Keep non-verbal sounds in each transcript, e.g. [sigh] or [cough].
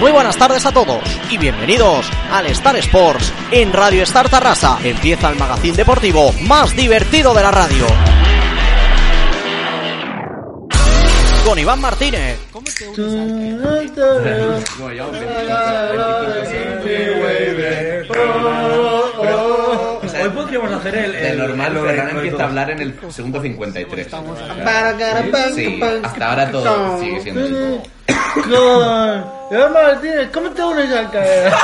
Muy buenas tardes a todos y bienvenidos al Star Sports en Radio Star Tarrasa. Empieza el magazín deportivo más divertido de la radio. Con Iván Martínez, Hoy podríamos hacer el, De el normal, el Ferran Ferran y empieza todo. a hablar en el segundo 53. Sí, hasta ahora todo sigue siendo el mismo. Con Iván Martínez, ¿cómo te unes al [laughs] cadena?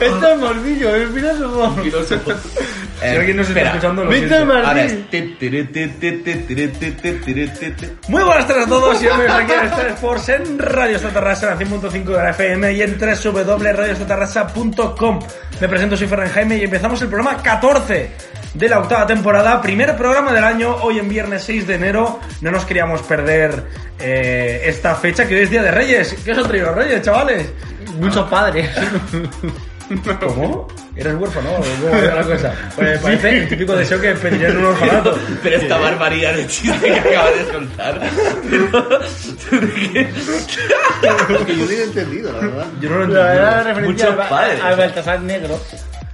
Esto es morbillo, el filósofo. Eh, Si alguien nos está espera. escuchando, lo Víctor siento. Ahora Martínez. es. ti, tiri, ti, ti, ti, tiri, ti, ti, tiri, ti, ti. Muy buenas tardes a todos y bienvenidos aquí a Star Sports en Radio Estatarrasa en 100.5 de la FM y en www.radioestatarrasa.com. Me presento, soy Ferran Jaime y empezamos el programa 14 de la octava temporada, primer programa del año, hoy en viernes 6 de enero. No nos queríamos perder eh, esta fecha que hoy es Día de Reyes. ¿Qué os han traído los Reyes, chavales? Muchos padres. ¿Cómo? ¿Eres huérfano? o ¿Cómo era la cosa? Pues parece el típico deseo que pediría en un orfanato. Pero esta barbaridad de chiste que acabas de soltar. Porque yo no he entendido, la verdad. Yo no La lo entiendo. era referencia Muchos al, Ba- padres. al Baltasar Negro.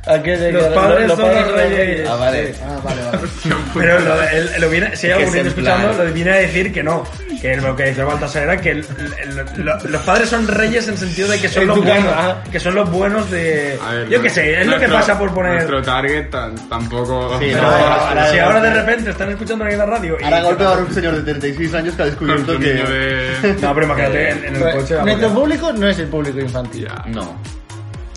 Al que de- ¿eh? Los que- padres son los son reyes. Ah, vale. Ah, vale, vale. Pero lo, el- lo viene, si hay algún Que es niño en plan- escuchando, lo viene a decir que no. Que lo que decía Baltasar era que el- el- lo- los padres son reyes en el sentido de que son En los tu buenos. casa. Que son los buenos de. A ver, Yo qué no- sé, es lo que nuestro- pasa por poner. Nuestro target tan- tampoco. [laughs] Sí, Pero no, ahora- ahora- si ahora de repente están escuchando aquí en la radio. y- Ahora golpear a un señor de 36 años que ha descubierto Un que. niño [laughs] de. No, pero imagínate en, en el coche. Pues, vamos, Nuestro ya. público no es el público infantil. Ya. No.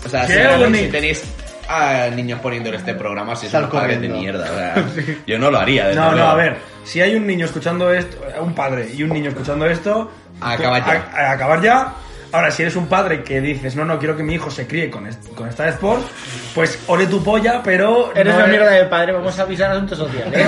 O sea, ¿Qué si, ahora bonito? si tenéis a niños poniéndole este programa, si es Sal un padre de corriendo. mierda. o [laughs] sea, yo no lo haría. desde No, no, luego. a ver. Si hay un niño escuchando esto, un padre y un niño escuchando esto, Acaba ya. a- a acabar ya. Ahora, si eres un padre que dices, no, no, quiero que mi hijo se críe con, est- con esta Sport, pues ole tu polla, pero. Eres no una es- mierda de padre, vamos a avisar a asuntos sociales.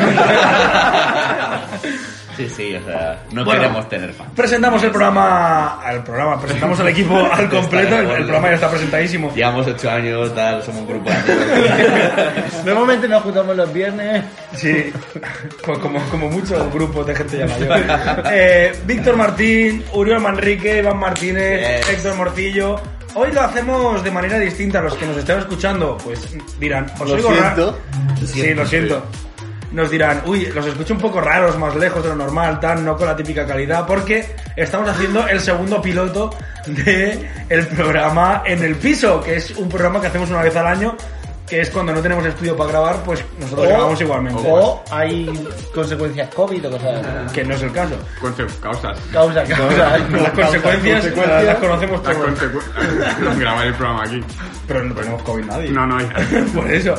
[laughs] [laughs] Sí, sí, o sea, no Bueno. queremos tener fans. [laughs] Presentamos el programa. Al programa, presentamos al equipo al completo. El, el programa ya está [laughs] presentadísimo. Llevamos ocho años, tal, somos un grupo de amigos. [laughs] Normalmente nos juntamos los viernes. Sí, Co- [laughs] como, como muchos grupos de gente ya [laughs] mayor. Eh, Víctor Martín, Uriol Manrique, Iván Martínez, Yes. Héctor Morcillo. Hoy lo hacemos de manera distinta. Los que nos están escuchando, pues dirán, os Lo oigo ra- siento. Sí, lo siento. Nos dirán, uy, los escucho un poco raros, más lejos de lo normal, tan no con la típica calidad, porque estamos haciendo el segundo piloto de el programa en el piso, que es un programa que hacemos una vez al año, que es cuando no tenemos estudio para grabar, pues nosotros O- grabamos igualmente. O hay consecuencias COVID o cosas así. Que no es el caso. conce- causas. Causa, causa. Las consecuencias consecuencias. las conocemos Las todos. [laughs] consecuencias. grabar el programa aquí. Pero no tenemos COVID nadie. No, no, ya. [laughs] Por eso,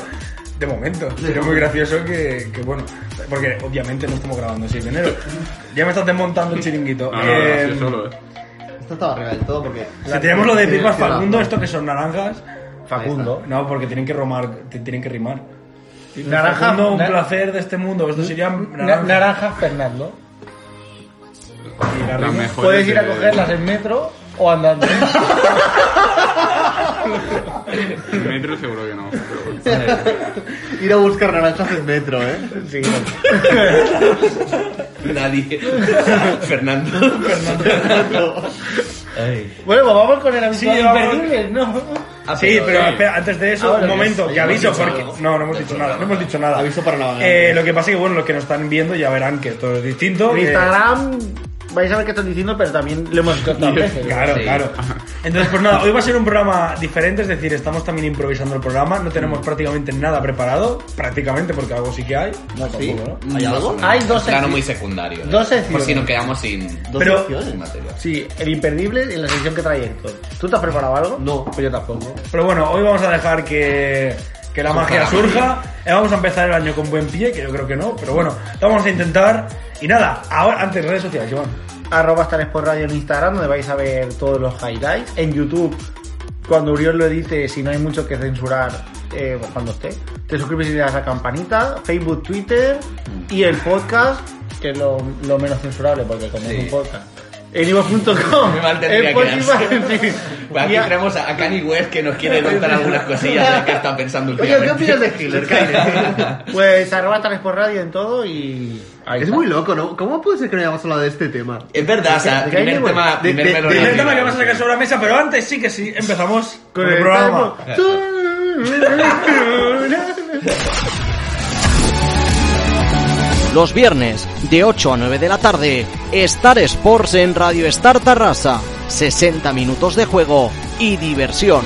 de momento. Pero muy gracioso que, que, bueno, porque obviamente no estamos grabando el 6 de enero. Ya me estás desmontando el chiringuito. No, no, Eh, no, sí, solo. eh. Esto estaba real del todo porque. si tenemos lo de pipas Facundo, esto que son naranjas. Facundo. No, porque tienen que romar, te- tienen que rimar. Naranja. Facundo, un na- placer de este mundo. Esto sería na- naranja. naranja Fernando. Y la Las rima. mejores Puedes ir a de- [laughs] cogerlas en metro o [laughs] andando. En metro seguro que no. pero bueno. Ir a buscar naranjas en metro, ¿eh? Sí. Nadie. Fernando. Ay. bueno, pues vamos con el habitual Sí, vamos. imperdible, ¿no? Ah, Sí, pero eh, espera, antes de eso, Ahora, un momento, sí, que Ah, hemos aviso, dicho porque... algo. No, no hemos dicho nada, no hemos dicho nada. Aviso para nada. Eh, lo que pasa es que, bueno, los que nos están viendo ya verán que todo es distinto. Eh, En que- Instagram vais a ver qué están diciendo, pero también lo hemos contado veces. Claro, Sí. claro. Entonces, pues nada, hoy va a ser un programa diferente, es decir, estamos también improvisando el programa, no tenemos prácticamente nada preparado, prácticamente porque algo sí que hay. No, ¿Sí? tampoco, ¿no? ¿Hay algo? Hay dos plano secci- muy secundario. ¿eh? dos secciones. Por si nos quedamos sin, Dos Pero- sin opciones. material. Sí, el imperdible en la sección que trae Héctor. ¿Tú te has preparado algo? No. Pues yo tampoco. Pero bueno, hoy vamos a dejar que, que la magia surja. Eh, vamos a empezar el año con buen pie, que yo creo que no, pero bueno, lo vamos a intentar. Y nada, ahora, antes redes sociales, Iván. arroba Star Sport Radio en Instagram, donde vais a ver todos los highlights. En YouTube, cuando Uriol lo edite, si no hay mucho que censurar, eh, pues cuando esté. Te suscribes y le das a la campanita. Facebook, Twitter y el podcast, que es lo, lo menos censurable porque como Sí. es un podcast. En ivo.com, Muy mal en tendría que Spotify, en fin. [laughs] Pues aquí Ya. tenemos a a Kanye West que nos [laughs] quiere contar algunas cosillas de que está pensando Oye, ¿qué últimamente. opinas de [laughs] Hitler, Kyle? [laughs] Pues arroba Tales por radio en todo y. ahí Es está. muy loco, ¿no? ¿Cómo puede ser que no hayamos hablado de este tema? Es verdad, o sea, De primer Kanye tema, West. De- primer de- melón. Primer tema que vamos a sacar sobre la mesa, pero antes sí que sí, empezamos con el programa. Los viernes, de 8 a 9 de la tarde, Star Sports en Radio Star Tarrasa. 60 minutos de juego y diversión.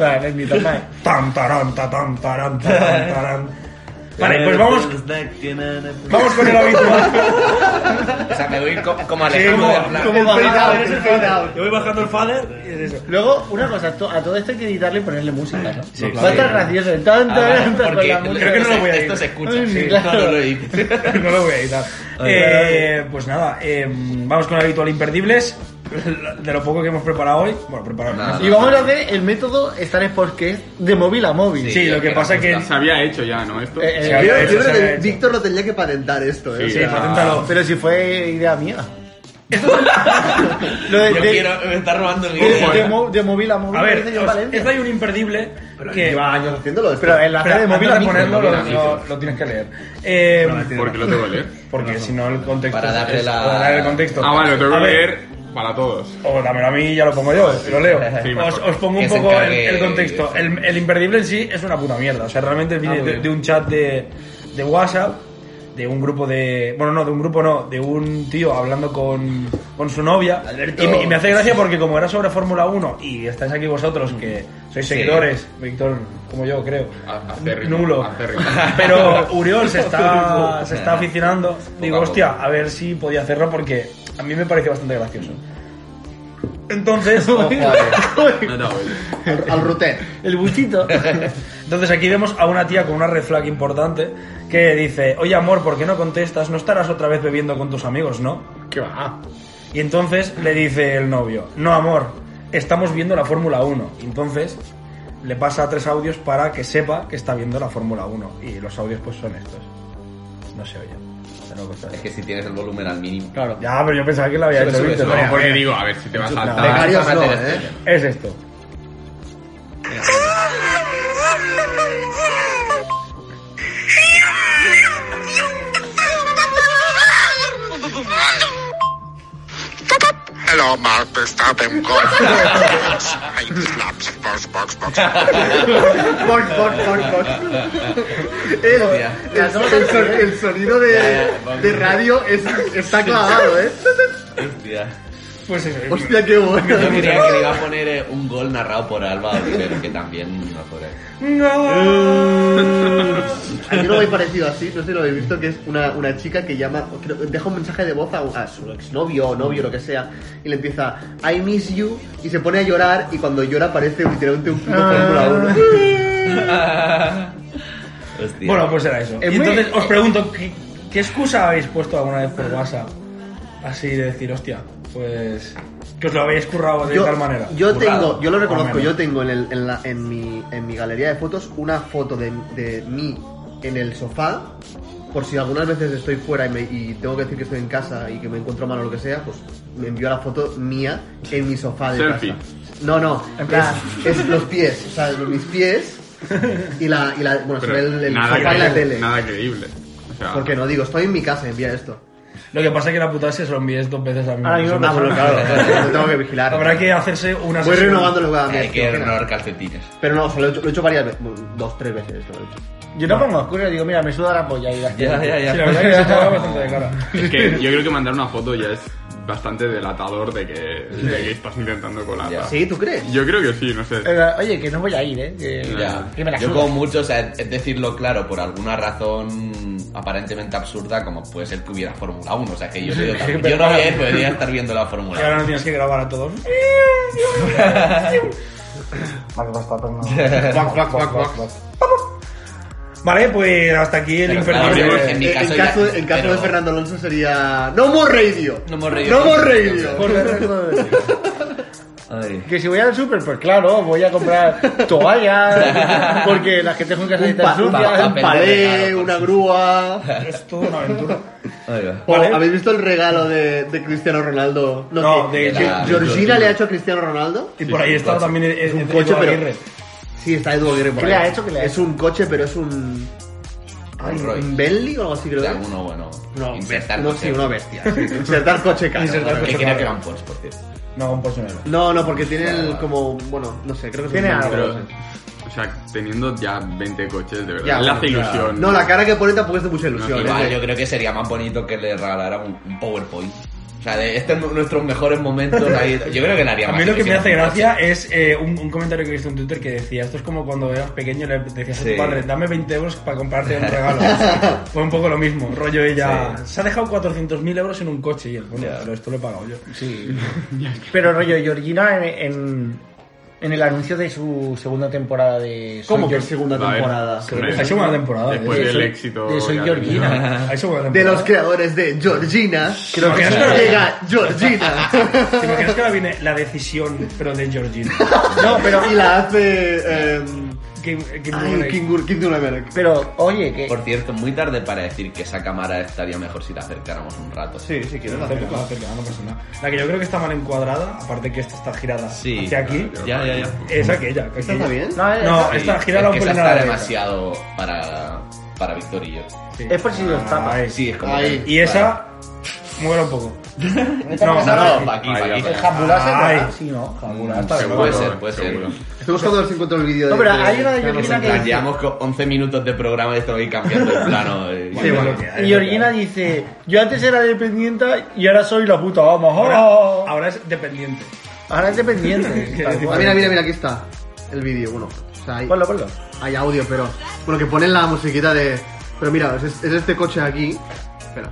Vale, ni tan mal. Tan, taran, ta, tan, taran, ta, tan, taran. Vale, pues vamos, vamos con el habitual. O sea, me voy co- como Alejandro como- de Blas. Como fade out, el fade out. Yo voy bajando el fader y es eso. Luego, una cosa, to- a todo esto hay que editarle y ponerle música, ¿no? Sí, Va a estar sí. gracioso. Tan, Ah, tan, vale, tan, con porque la creo que no música. lo voy a esto se editar. escucha, Ay, sí, claro. no lo edites. [laughs] no lo voy a editar. Eh, pues nada, eh, vamos con el habitual imperdibles. De lo poco que hemos preparado hoy. Bueno, preparado. Nada. Y vamos a hacer el método Star Sports que es de móvil a móvil. Sí, lo que pasa es que. Se había hecho ya, ¿no? Esto. Eh, se Yo, había yo hecho, se creo había que hecho. Víctor lo tenía que patentar esto, ¿eh? Sí, paténtalo. Pero si fue idea mía. [laughs] lo de, Yo de- quiero, me está robando mi de- idea. de mo- de móvil a móvil. A lo hice ver, yo en os- Valencia. esto hay un imperdible que. Lleva años haciéndolo. esto. Pero en la Espera, de móvil antes a de micro. ponerlo lo, móvil a lo- lo tienes que leer. Eh, ¿Por qué lo tengo que leer? porque si no el contexto. Para darle es- la- para darle el contexto. Ah, vale, lo tengo A que ver, leer para todos. O dámelo a mí y ya lo pongo yo, lo leo. Sí, mejor. os, os pongo un Que se poco el, encargue- el contexto. El, el imperdible en sí es una puta mierda. O sea, realmente viene de, de un chat de, de WhatsApp, de un grupo de. Bueno, no, de un grupo no, de un tío hablando con, con su novia. Alberto. Y, me- y me hace gracia porque, como era sobre Fórmula 1 y estáis aquí vosotros, que sois Sí. seguidores, Víctor, como yo creo, A- acérrimo, nulo. acérrimo. [laughs] Pero Uriol se está, se está aficionando. Digo, a poco. hostia, a ver si podía hacerlo porque a mí me pareció bastante gracioso. [laughs] Entonces, [laughs] No te hables. Al, al Rutet. El buchito. entonces aquí vemos a una tía con una red flag importante que dice, oye amor, ¿por qué no contestas? No estarás otra vez bebiendo con tus amigos, ¿no? ¿Qué va? Y entonces le dice el novio, no amor, estamos viendo la Fórmula 1. Y entonces le pasa tres audios para que sepa que está viendo la Fórmula 1. Y los audios pues son estos. No se oye. Te lo costaré. Es que si tienes el volumen al mínimo. Claro. Ya, pero yo pensaba que lo había Sube, hecho sube, Víctor. sube. No, porque digo, a ver si te vas a saltar. Becarios vas a no, hacer ¿eh? esto. Es esto. Hello, Mark Verstappen. Go. I slaps first box box. Por, por, por, [laughs] por. El, Hostia. el- el son- el sonido de, de radio es, está clavado, ¿eh? Hostia. Pues eso. es- Hostia, qué Yo bueno. diría que le iba a poner eh, un gol narrado por Alba Oliver, que también no por él. [laughs] [laughs] Hay uno muy parecido así, no sé si lo habéis visto, que es una, una chica que llama, creo- deja un mensaje de voz a, a su exnovio o novio, lo que sea, y le empieza, I miss you, y se pone a llorar, y cuando llora parece literalmente un puto Fórmula 1. [laughs] [laughs] Hostia. Bueno, pues era eso. Es Y muy- entonces os pregunto, ¿qué, qué excusa habéis puesto alguna vez por WhatsApp? Así de decir, hostia, pues. Que os lo habéis currado de tal manera. yo tengo, Currado. yo lo Más reconozco, o menos. yo tengo en, el- en la- en mi, en mi galería de fotos una foto de, de mí en el sofá. Por si algunas veces estoy fuera y, me- y tengo que decir que estoy en casa y que me encuentro mal o lo que sea, pues me envió la foto mía en mi sofá de Selfie. casa. No, no, es, es los pies, o sea, mis pies y la, y la bueno, se Pero ve el, el nada, sofá y la creíble, tele. nada creíble. O sea, Porque no digo, estoy en mi casa, envía esto. Lo que pasa es que la putada es que se lo envíes dos veces a mí. Ahora mismo Ah, bueno, claro, lo tengo que vigilar. Habrá que hacerse una Voy sesión. renovándolo cada mes. hay que ¿te imaginas? renovar calcetines. Pero no, o sea, lo he hecho, lo he hecho varias veces, bueno, dos, tres veces lo he hecho. Yo no pongo oscuro, digo, mira, me suda la polla y la Ya, ya, Sí, ya. la verdad [laughs] es que se te va bastante de cara. Es que yo creo que mandar una foto ya es bastante delatador de que, de que estás intentando colar. Ya. ¿Sí? ¿Tú crees? Yo creo que sí, no sé. Eh, Oye, que no voy a ir, eh. Que, Ya. que me la Yo suda. como mucho, o sea, es decirlo claro, por alguna razón aparentemente absurda, como puede ser que hubiera Fórmula 1. O sea, que yo, soy de- yo no voy a ir, podría estar viendo la Y Fórmula ahora no tienes que grabar [laughs] [laughs] a todos. Mark pues, [laughs] Verstappen, no. Cuac, [laughs] cuac, cuac, cuac. Vale, pues hasta aquí el Pero imperdible. claro, Eh, En En, mi caso ya- caso, en caso pero- de Fernando Alonso sería... No more radio. No more radio. No more radio. Por lo tanto, Ay. Que si voy al súper, pues claro, voy a comprar [laughs] toallas, porque la gente nunca se Un, está pa- un sucia. pa- un palé, regalo, una grúa. [laughs] Es toda una aventura. Ahí va. O, Vale. ¿Habéis visto el regalo de, de Cristiano Ronaldo? No, que- de- que de la- Georgina Georgina. le ha hecho a Cristiano Ronaldo. Y por ahí está también el, Es un coche, pero- Aguirre. Sí, está Edu Aguirre por ¿Qué le ahí. ha hecho? ¿Qué le ha es hecho? un coche, pero es un. Ay, Un Royce. ¿Un Bentley o algo así, creo? De que es. alguno bueno. No, Insertar no, coche. sí, una [laughs] bestia. sí. Insertar coche caro. Insertar claro. Que coche. creo que eran Porsche, por cierto. No, un Porsche no. No, no, porque tiene Vale, el vale. como. Bueno, no sé, creo que es un Tiene Bentley, algo. no sé. O sea, teniendo ya 20 coches, de verdad. Ya, le hace bueno, ilusión. No, la cara que pone tampoco es de mucha ilusión. Igual, ¿eh? yo creo que sería más bonito que le regalaran un, un PowerPoint. O sea, de estos son nuestros mejores [laughs] momentos ahí. Yo creo que le haría A más mí lo que me ilusión. hace gracia es eh, un, un comentario que he visto en Twitter que decía: Esto es como cuando eras pequeño y le decías a Sí. tu padre, dame 20 euros para comprarte un regalo. Fue un poco lo mismo, rollo ella. Se ha dejado 400.000 euros en un coche y el bueno, Ya. pero esto lo he pagado yo. [laughs] Sí. Pero rollo, Georgina en, en, en el anuncio de su segunda temporada de... Soy ¿Cómo que Geor- segunda A ver, temporada? creo Hay segunda temporada. ¿eh? Después de del soy- éxito. de soy ya Georgina. terminado. Hay segunda temporada. De los creadores de Georgina. Creo que- llega [laughs] Georgina. ¿Te imaginas que ahora viene la decisión, pero de [laughs] Georgina? No, pero... Y la hace. em, Kim- Kim ay, Mooney. Kingur- Kingdom America. Pero, oye, que... Por cierto, muy tarde para decir que esa cámara estaría mejor si la acercáramos un rato. Sí, si quieres Acerca, acerca, no pasa nada. La que yo creo que está mal encuadrada, aparte que esta está girada Sí. hacia aquí, Ya, ya, ya. es aquella. ¿Esta aquella. está bien? Ah, No, eh. es, No, Sí, esta girada es un que esa pelín a está la derecha. demasiado para, para Víctor y yo. Sí. es por si los tapa. Ahí. Sí, es como. Ahí. Y esa, muévela un poco. [laughs] No, No, no, no, pa' aquí, pa' aquí. El jabulasa, Ay. ¿verdad? Ah, Sí, ¿no? Jabulasa. Puede ser, puede ser. Seguro. Estoy buscando a ver si encuentro el vídeo No, de- pero de- hay una de que nos Georgina En plan, encanta. que- llevamos con 11 minutos de programa y estoy cambiando el plano. eh. Sí, bueno. Y Georgina dice, yo antes era dependiente y ahora soy la puta vamos. Ahora, Ahora, ahora es dependiente. ahora es [laughs] dependiente. tal Ah, cual. mira, mira, mira, aquí está. El vídeo, bueno. O sea, hay, Ponlo, ponlo. hay audio, pero. Bueno, que ponen la musiquita de. Pero mira, es, es este coche aquí. Espera.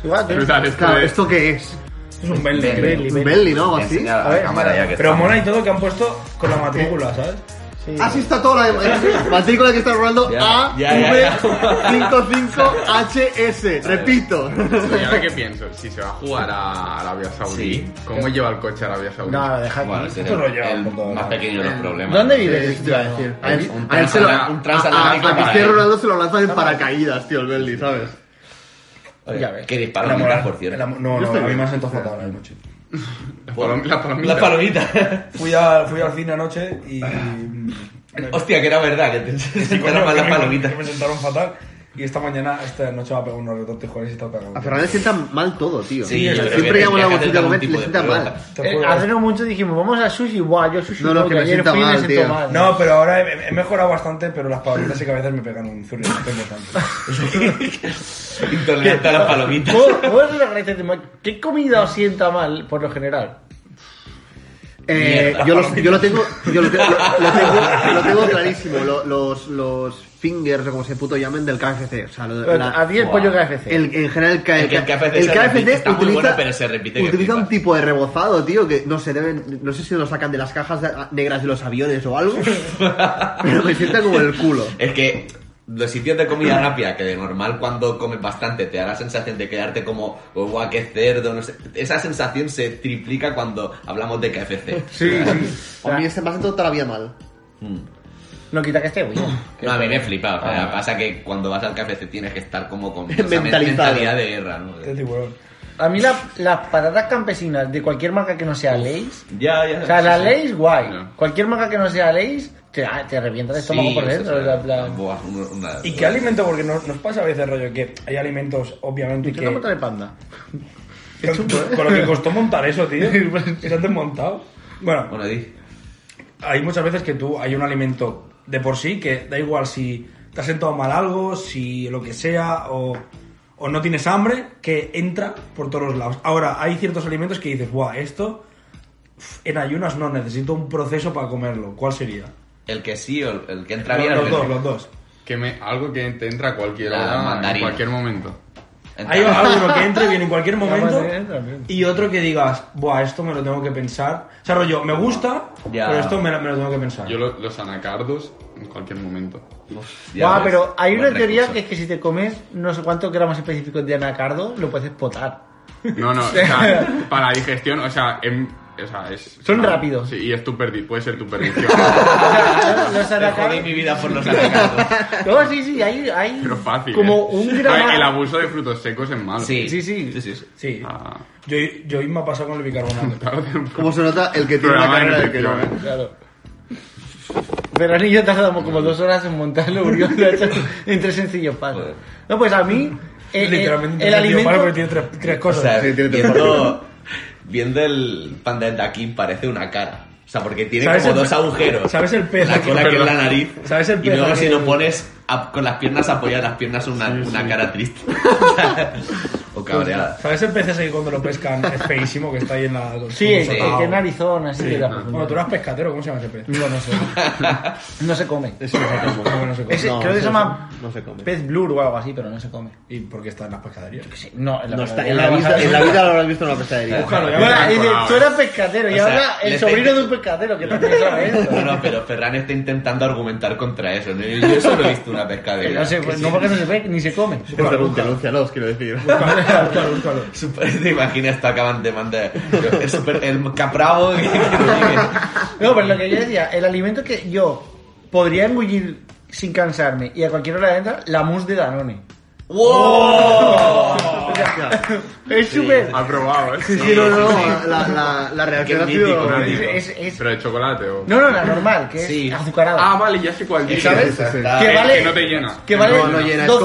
Sí, va, tío. [laughs] Brutal, esto Claro, es- ¿esto qué es? Es un Bentley. Bentley. Un Bentley, ¿no? O así. Enseñar a A la ver, cámara ya que Pero estamos. mola y todo que han puesto con la matrícula, ¿sabes? Sí. Así [laughs] está toda la eh, matrícula que está rolando Ya, ya, ya, ya. AV55HS. Repito. Y ahora que pienso, si se va a jugar a Arabia Saudí, Sí. ¿cómo lleva el coche a Arabia Saudí? No, deja aquí. Bueno, ese es Esto lo el, lleva el por todo más lado. pequeño de los problemas. ¿Dónde Sí, vive? eso te iba a decir. A él, Un a él se lo. transatl- un a- transatlántico a para Cristiano él. Ronaldo se lo lanzan en paracaídas, tío, el Bentley, ¿sabes? Oye, Ya ves. Que La disparan moral- por cierto. la- no, Yo no, estoy a mí bien. me ha sentado fatal la noche. Las palom- las palomitas. Las palomitas. [laughs] Fui, a, fui al cine anoche y. Hostia, que era verdad [laughs] que te Sí, coño, sentaron mal que las me- palomitas. que Me sentaron fatal. Y esta mañana, esta noche va a pegar unos retortijones y está pegando. A Fernández sienta mal todo, tío. yo creo que Siempre que hago tendría una que hacer mochila algún comer, tipo le de sienta prueba. [laughs] mal. Te Eh, juro. hace no mucho dijimos, vamos a sushi, guau, yo sushi No, no, que me ayer sienta fui y me mal, sentó tío. mal. [laughs] No, pero ahora he, he mejorado bastante, pero las palomitas sí que a veces me pegan un zurri. no tengo [laughs] tanto. Intolerante a las palomitas. ¿Cómo- cómo es la raíz de mal? ¿Qué comida os sienta mal por lo general? Eh, yo, los- yo lo tengo, yo lo, te- lo- lo tengo, lo tengo clarísimo. lo- los, los fingers o como se puto llamen del KFC. O sea, lo- la- a ti el Buah. pollo KFC. el- en general el, El que el KFC se repite, está muy bueno, pero se repite que utiliza un flipas. tipo de rebozado, tío, que no se deben, no sé si lo sacan de las cajas de- negras de los aviones o [laughs] algo, pero me sienta como el culo. Es que los sitios de comida rápida, que de normal cuando comes bastante te da la sensación de quedarte como, "Oh, guau, qué cerdo, no sé. Esa sensación se triplica cuando hablamos de KFC. Sí, A mí este me ha sentado toda la vida mal. No quita que esté bueno. No, a mí me flipa. O sea, pasa que cuando vas al KFC tienes que estar como con esa Mentalizado. mentalidad de guerra, ¿no? Este tiburón. A mí la- las patatas campesinas de cualquier marca que no sea Lay's, Ya, ya. o sea, la sí, sí. Lay's guay. No. Cualquier marca que no sea Lay's te, ah, te revienta el estómago Sí, por eso dentro. sí. la- la- Buah, una- una- ¿Y qué alimento? Porque nos, nos pasa a veces, rollo, que hay alimentos, obviamente, ¿Qué no que... de panda? Con, con lo que costó montar eso, tío. que se han desmontado. Bueno, Bueno, di. hay muchas veces que tú, hay un alimento de por sí que da igual si te has sentado mal algo, si lo que sea, o, o no tienes hambre, que entra por todos los lados. Ahora, hay ciertos alimentos que dices, guau, esto uf, en ayunas no, necesito un proceso para comerlo. ¿Cuál sería? El que sí o el, el que entra bien. o el los que dos, no. los dos. Que me- algo que te entra a cualquier La hora, en mandarina. cualquier momento. Entra Hay bien. alguno que entre bien en cualquier momento mandarina también. y otro que digas, buah, esto me lo tengo que pensar. O sea, rollo, me gusta, Ya. pero esto me lo, me lo tengo que Ah. pensar. Yo lo- los anacardos en cualquier momento. Ya Guau, ves, pero hay buen una teoría recurso. que es que si te comes no sé cuántos gramos específicos de anacardo, lo puedes potar. [laughs] No, no, o sea, para la digestión, o sea, en o sea, es... Son rápidos. Sí, y es tu perdi puede ser [laughs] tu perdición. Los Me ataca- jodí mi vida [laughs] por los atacados. No, sí, sí, hay, hay pero fácil. como ¿eh? un gran... A ver, El abuso de frutos secos es malo. Sí. Sí, sí. Sí, sí, sí. Sí. Ah, Yo, yo hoy me ha pasado con el [laughs] bicarbonato. tarde o temprano. Como se nota el que tiene la Programa de carrera de que no, nutrición, ¿eh? ¿eh? Claro. Pero ni yo tardamos como dos horas en montarlo, Uriol lo ha hecho en tres sencillos pasos. Joder. No, pues a mí, eh, eh, Literalmente el un tío malo porque alimento... tiene tres, tres O cosas. sea, Sí, tiene viendo, viendo el panda de aquí parece una cara. O sea, porque tiene ¿Sabes como el- dos agujeros. ¿Sabes el pez La aquí? cola que es la Perdón. nariz. ¿Sabes el y pez luego aquí? si lo pones a- con las piernas apoyadas, las piernas son una, una cara triste. o cabreada. ¿Sabes el pez ese que cuando lo pescan es feísimo que está ahí en la... Sí, el Sí. que que en Arizona, así Sí. Ah. que la Bueno, tú eras pescatero, ¿cómo se llama ese pez? No, no sé. No se come. Eso no se come. ¿Cómo que no se come? Ese- No, creo que no se se llama come, no se come. pez blur o algo así, pero no se come. ¿Y por qué está en las pescaderías? Sí, no, en la, No está, verdad, en la no vida, pasa- en la vida lo habrás visto en una pescadería. Búscalo, ya Bueno, verás. Blanco, dice, ahora. tú eras pescatero y O sea, ahora el le sobrino estoy- de un pescatero, que ¿eh? también sabe esto. [laughs] No, no, pero Ferran está intentando argumentar contra eso. ¿no? Yo yo solo he visto [laughs] una Que pescadera. no, se, no porque no se ve ni se come. Pues denúncialos, quiero decir. Búscalo, búscalo, búscalo. Super- te imaginas, te acaban de mandar el, super- el capravo [laughs] que, que lo vive. No, pero lo que yo decía, el alimento que yo podría engullir sin cansarme y a cualquier hora de entrar, la mousse de [laughs] Danone. ¡Wow! O sea, es súper... Ha probado, ¿eh? Sí, no, no, no, la, la, la reacción Qué ha sido... mítico, Nadie. Es- es- Pero de chocolate o... No, no, la normal, que es Sí. Ah, azucarada. vale, ya sé cuál dices. ¿Sabes? Esa. Sí, sí. Ah, Que que vale... no te llena. Que vale No, no llena, es 2.50,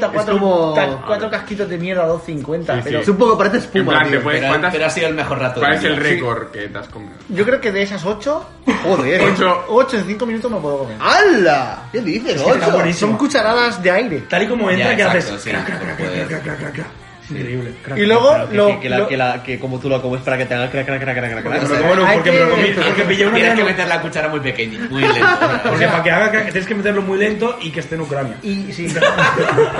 como- cuatro, es como- ca- cuatro casquitos de mierda, 2.50. Sí, sí. pero Es un poco, parece En espuma, plan, te tío. puedes- Pero, ¿cuántas- pero ha sido el mejor rato. ¿Cuál de es mi el vida? récord que te has comido? yo creo que de esas 8, Joder. 8. 8 en 5 minutos no puedo comer. ¡Hala! ¿Qué dices, que está ocho? buenísimo. Son cucharadas de aire. Tal y como Ya, entra, ¿qué exacto, haces? sí, Crac, no crac, crac, puedes. crac, crac, crac, crac, crac. Increíble. Crac. Y luego Ah, Claro, que- lo- que, que la- lo- que la- que como tú lo comes para que te haga crack, crack, crack, crack, crack, Porque me crack. lo como, no, Hay porque me lo que- comí, porque pillé una Tienes que nana. meter la cuchara muy pequeña, muy lenta. Porque para que haga crack, tienes que meterlo muy lento y que esté en Ucrania. Y [laughs] sí.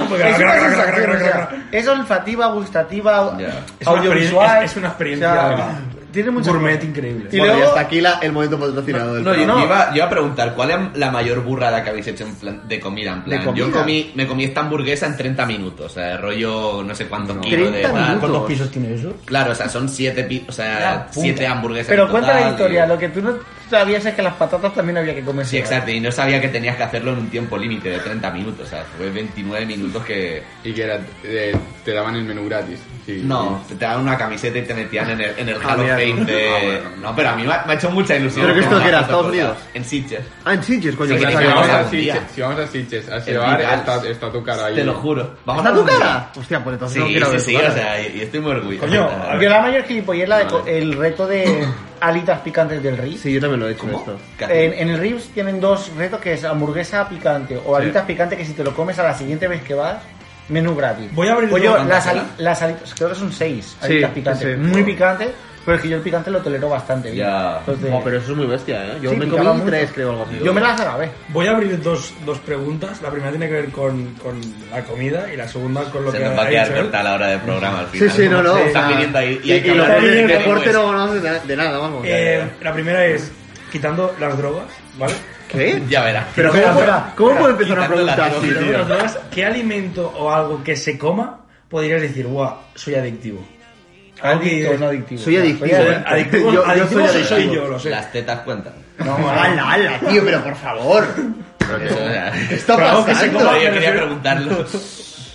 Porque es una crac, crac, crac, sensación, o crack, sea, crack. es olfativa, gustativa, Ya. Es una audiovisual. experiencia- es- es una experiencia tiene mucho Gourmet increíble. Y Bueno, y luego- hasta aquí la- el momento patrocinado del No, yo, programa. yo iba, yo iba a preguntar, ¿cuál es la mayor burrada que habéis hecho en plan- de comida? En plan, ¿De comida? Yo comí, me comí esta hamburguesa en 30 minutos, o sea, rollo no sé cuántos kilos de 30 tal. minutos. ¿Cuántos pisos tiene eso? Claro, o sea, son 7 o sea, Una siete puta. hamburguesas. Pero en cuenta total, la historia. y- Lo que tú no sabías es que las patatas también había que comer. Sí, exacto, y no sabía que tenías que hacerlo en un tiempo límite de 30 minutos, o sea, fue 29 minutos que... Y que era, eh, te daban el menú gratis. Sí. No, te daban una camiseta y te metían en el, en el Hall of mira, Fame de... Ah, bueno. No, pero a mí me ha, me ha hecho mucha ilusión. ¿Pero que esto Una qué era, foto Estados corta. Unidos? En Sitges. Ah, en Sitges, coño. Sí, que sí, está Si sí, vamos, a algún día. Sitges, si vamos a Sitges, a El Sebar, Bigals. está, está tu cara ahí. Te lo juro. Vamos ¿Está a tu un día. cara? Hostia, pues entonces Sí, no sí, quiero ver sí, tu o cara. sea, y, y estoy muy orgulloso. Coño, O sea, a Yo la mayor gilipollez es la de co- Vale. el reto [coughs] de alitas picantes del RIS. Sí, yo también lo he hecho esto. casi. En, en el RIS tienen dos retos que es hamburguesa picante o alitas picante que si te lo comes a la siguiente vez que vas, menú gratis. Voy a abrir Pues otro yo, tanto, las, ali- ¿verdad? las alitas, creo que son seis Sí, alitas picantes, sí. muy picantes, pero es que yo el picante lo tolero bastante bien. Ya. Entonces, Oh, pero eso es muy bestia, ¿eh? Yo Sí, me picaba comí mucho. tres, creo, algo así. Yo me las acabé. Voy a abrir dos, dos preguntas. La primera tiene que ver con, con la comida y la segunda con lo Se que nos va ha a quedar dicho él. corta la hora del programa al final. Sí, sí, no, no. Se o están sea, viniendo ahí. Y, hay que y lo hablar que de viene en el qué deporte es. no hablamos de, na- de nada, vamos. Eh, la primera es quitando las drogas, ¿vale? ¿Qué? Ya verás. Pero ¿cómo, Espera, puedo- espera, ¿cómo puedo empezar una quitando la pregunta droga. así, Quitando tío? las drogas, ¿qué alimento o algo que se coma podrías decir, guau, soy adictivo? Algo que Adicto o dices, no adictivo. Soy adictivo, Joder, ¿eh? adictivo, Yo- yo adictivo soy adictivo. yo, lo sé. Las tetas cuentan. No, ala, ala, tío, pero por favor. Eso, o sea, ¿Qué [laughs] está Pero algo que se pasando? coma. yo quería preguntarlo.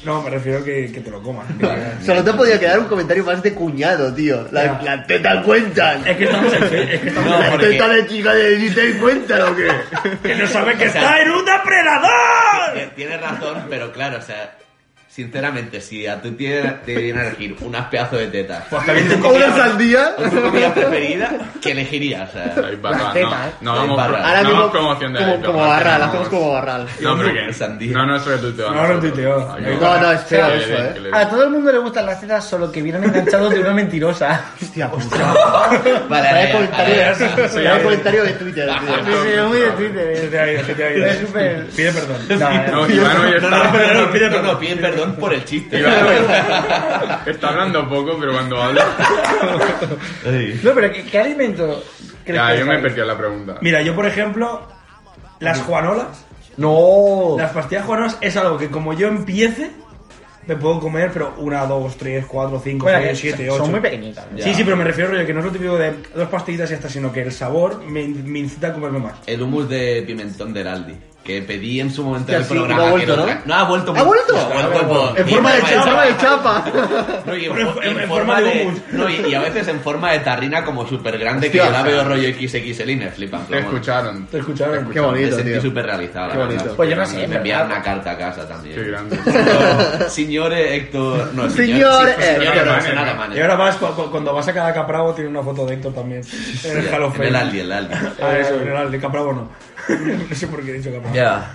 No, me refiero que, que te lo comas. Solo te podía quedar un comentario más de cuñado, tío. La, la teta cuentan. es que estamos en fe- es que estamos No, en- La [laughs] porque- teta de chica de 16 cuentan o qué? que no sabe que O sea, está en un depredador. Eh, Tienes razón, pero claro, o sea, sinceramente, si a tu tía te viene a elegir unas pedazos de [laughs] tetas Pues también te ¿O comes- una sandía? o tu comida preferida, ¿qué elegirías? O sea, Soy barra, Las tetas, no, Soy no, vamos, barra. no ¿eh? Ahora mismo, hagamos promoción de como, Aitor, como no barral, hacemos- hacemos como barral. No, pero que... Sandía. No, no, sobre tu No, no retuiteo. No, no, es feo eso, eh. A todo el mundo le gustan las tetas, solo que vienen enganchados de una mentirosa. Hostia, puta. Vale, Trae ahora ya, ahora ya. comentario, trae comentario de Twitter, tío. Ah, Sí, sí, es muy de Twitter. Se eh. te ha ido, se te ha ido. Es súper- Pide perdón. No, no, no. No, Iván hoy No, no, está... pero no, pide perdón, pide perdón por el chiste. Iván hoy está- [laughs] está hablando poco, pero cuando habla... No, pero ¿qué, qué alimento crees Ya, que yo me he es? perdido la pregunta. Mira, yo por ejemplo, las juanolas, No. Oh. las pastillas juanolas es algo que como yo empiece, me puedo comer, pero una, dos, tres, cuatro, cinco, Bueno, que seis, siete, son ocho. muy pequeñitas. Ya. Sí, sí, pero me refiero rollo que no es lo típico de dos pastillitas y hasta, sino que el sabor me, me incita a comerme más. El hummus de pimentón del Aldi. Que pedí en su momento en el Hostia, sí, programa. no ha que vuelto, lo ¿no? tra- ha vuelto. ¿Ha vuelto? Ha vuelto En forma de Y- chapa. de chapa. No, y en, Pero fo- en- y en en forma forma de de. hummus. no, y, y a veces en forma de tarrina como súper grande que yo Hostia. la veo rollo XXL y me flipan. Te escucharon. Te escucharon. Qué Me bonito, sentí tío. súper realizado. la Qué verdad. bonito. Pues yo no sé, Me enviaron pero- una carta a casa Qué también. grande. [laughs] Señor Héctor. No, Señor eh, señor. sí, señor, Héctor. no, señor Alemán. Y ahora vas, cu- cu- cuando vas a cada Capravo, tiene una foto de Héctor también. En el Ya, Hall of en Fame. el Aldi, el Aldi. Ah, eso, en el Aldi, Capravo no. [laughs] no sé por qué he dicho Capravo. Ya.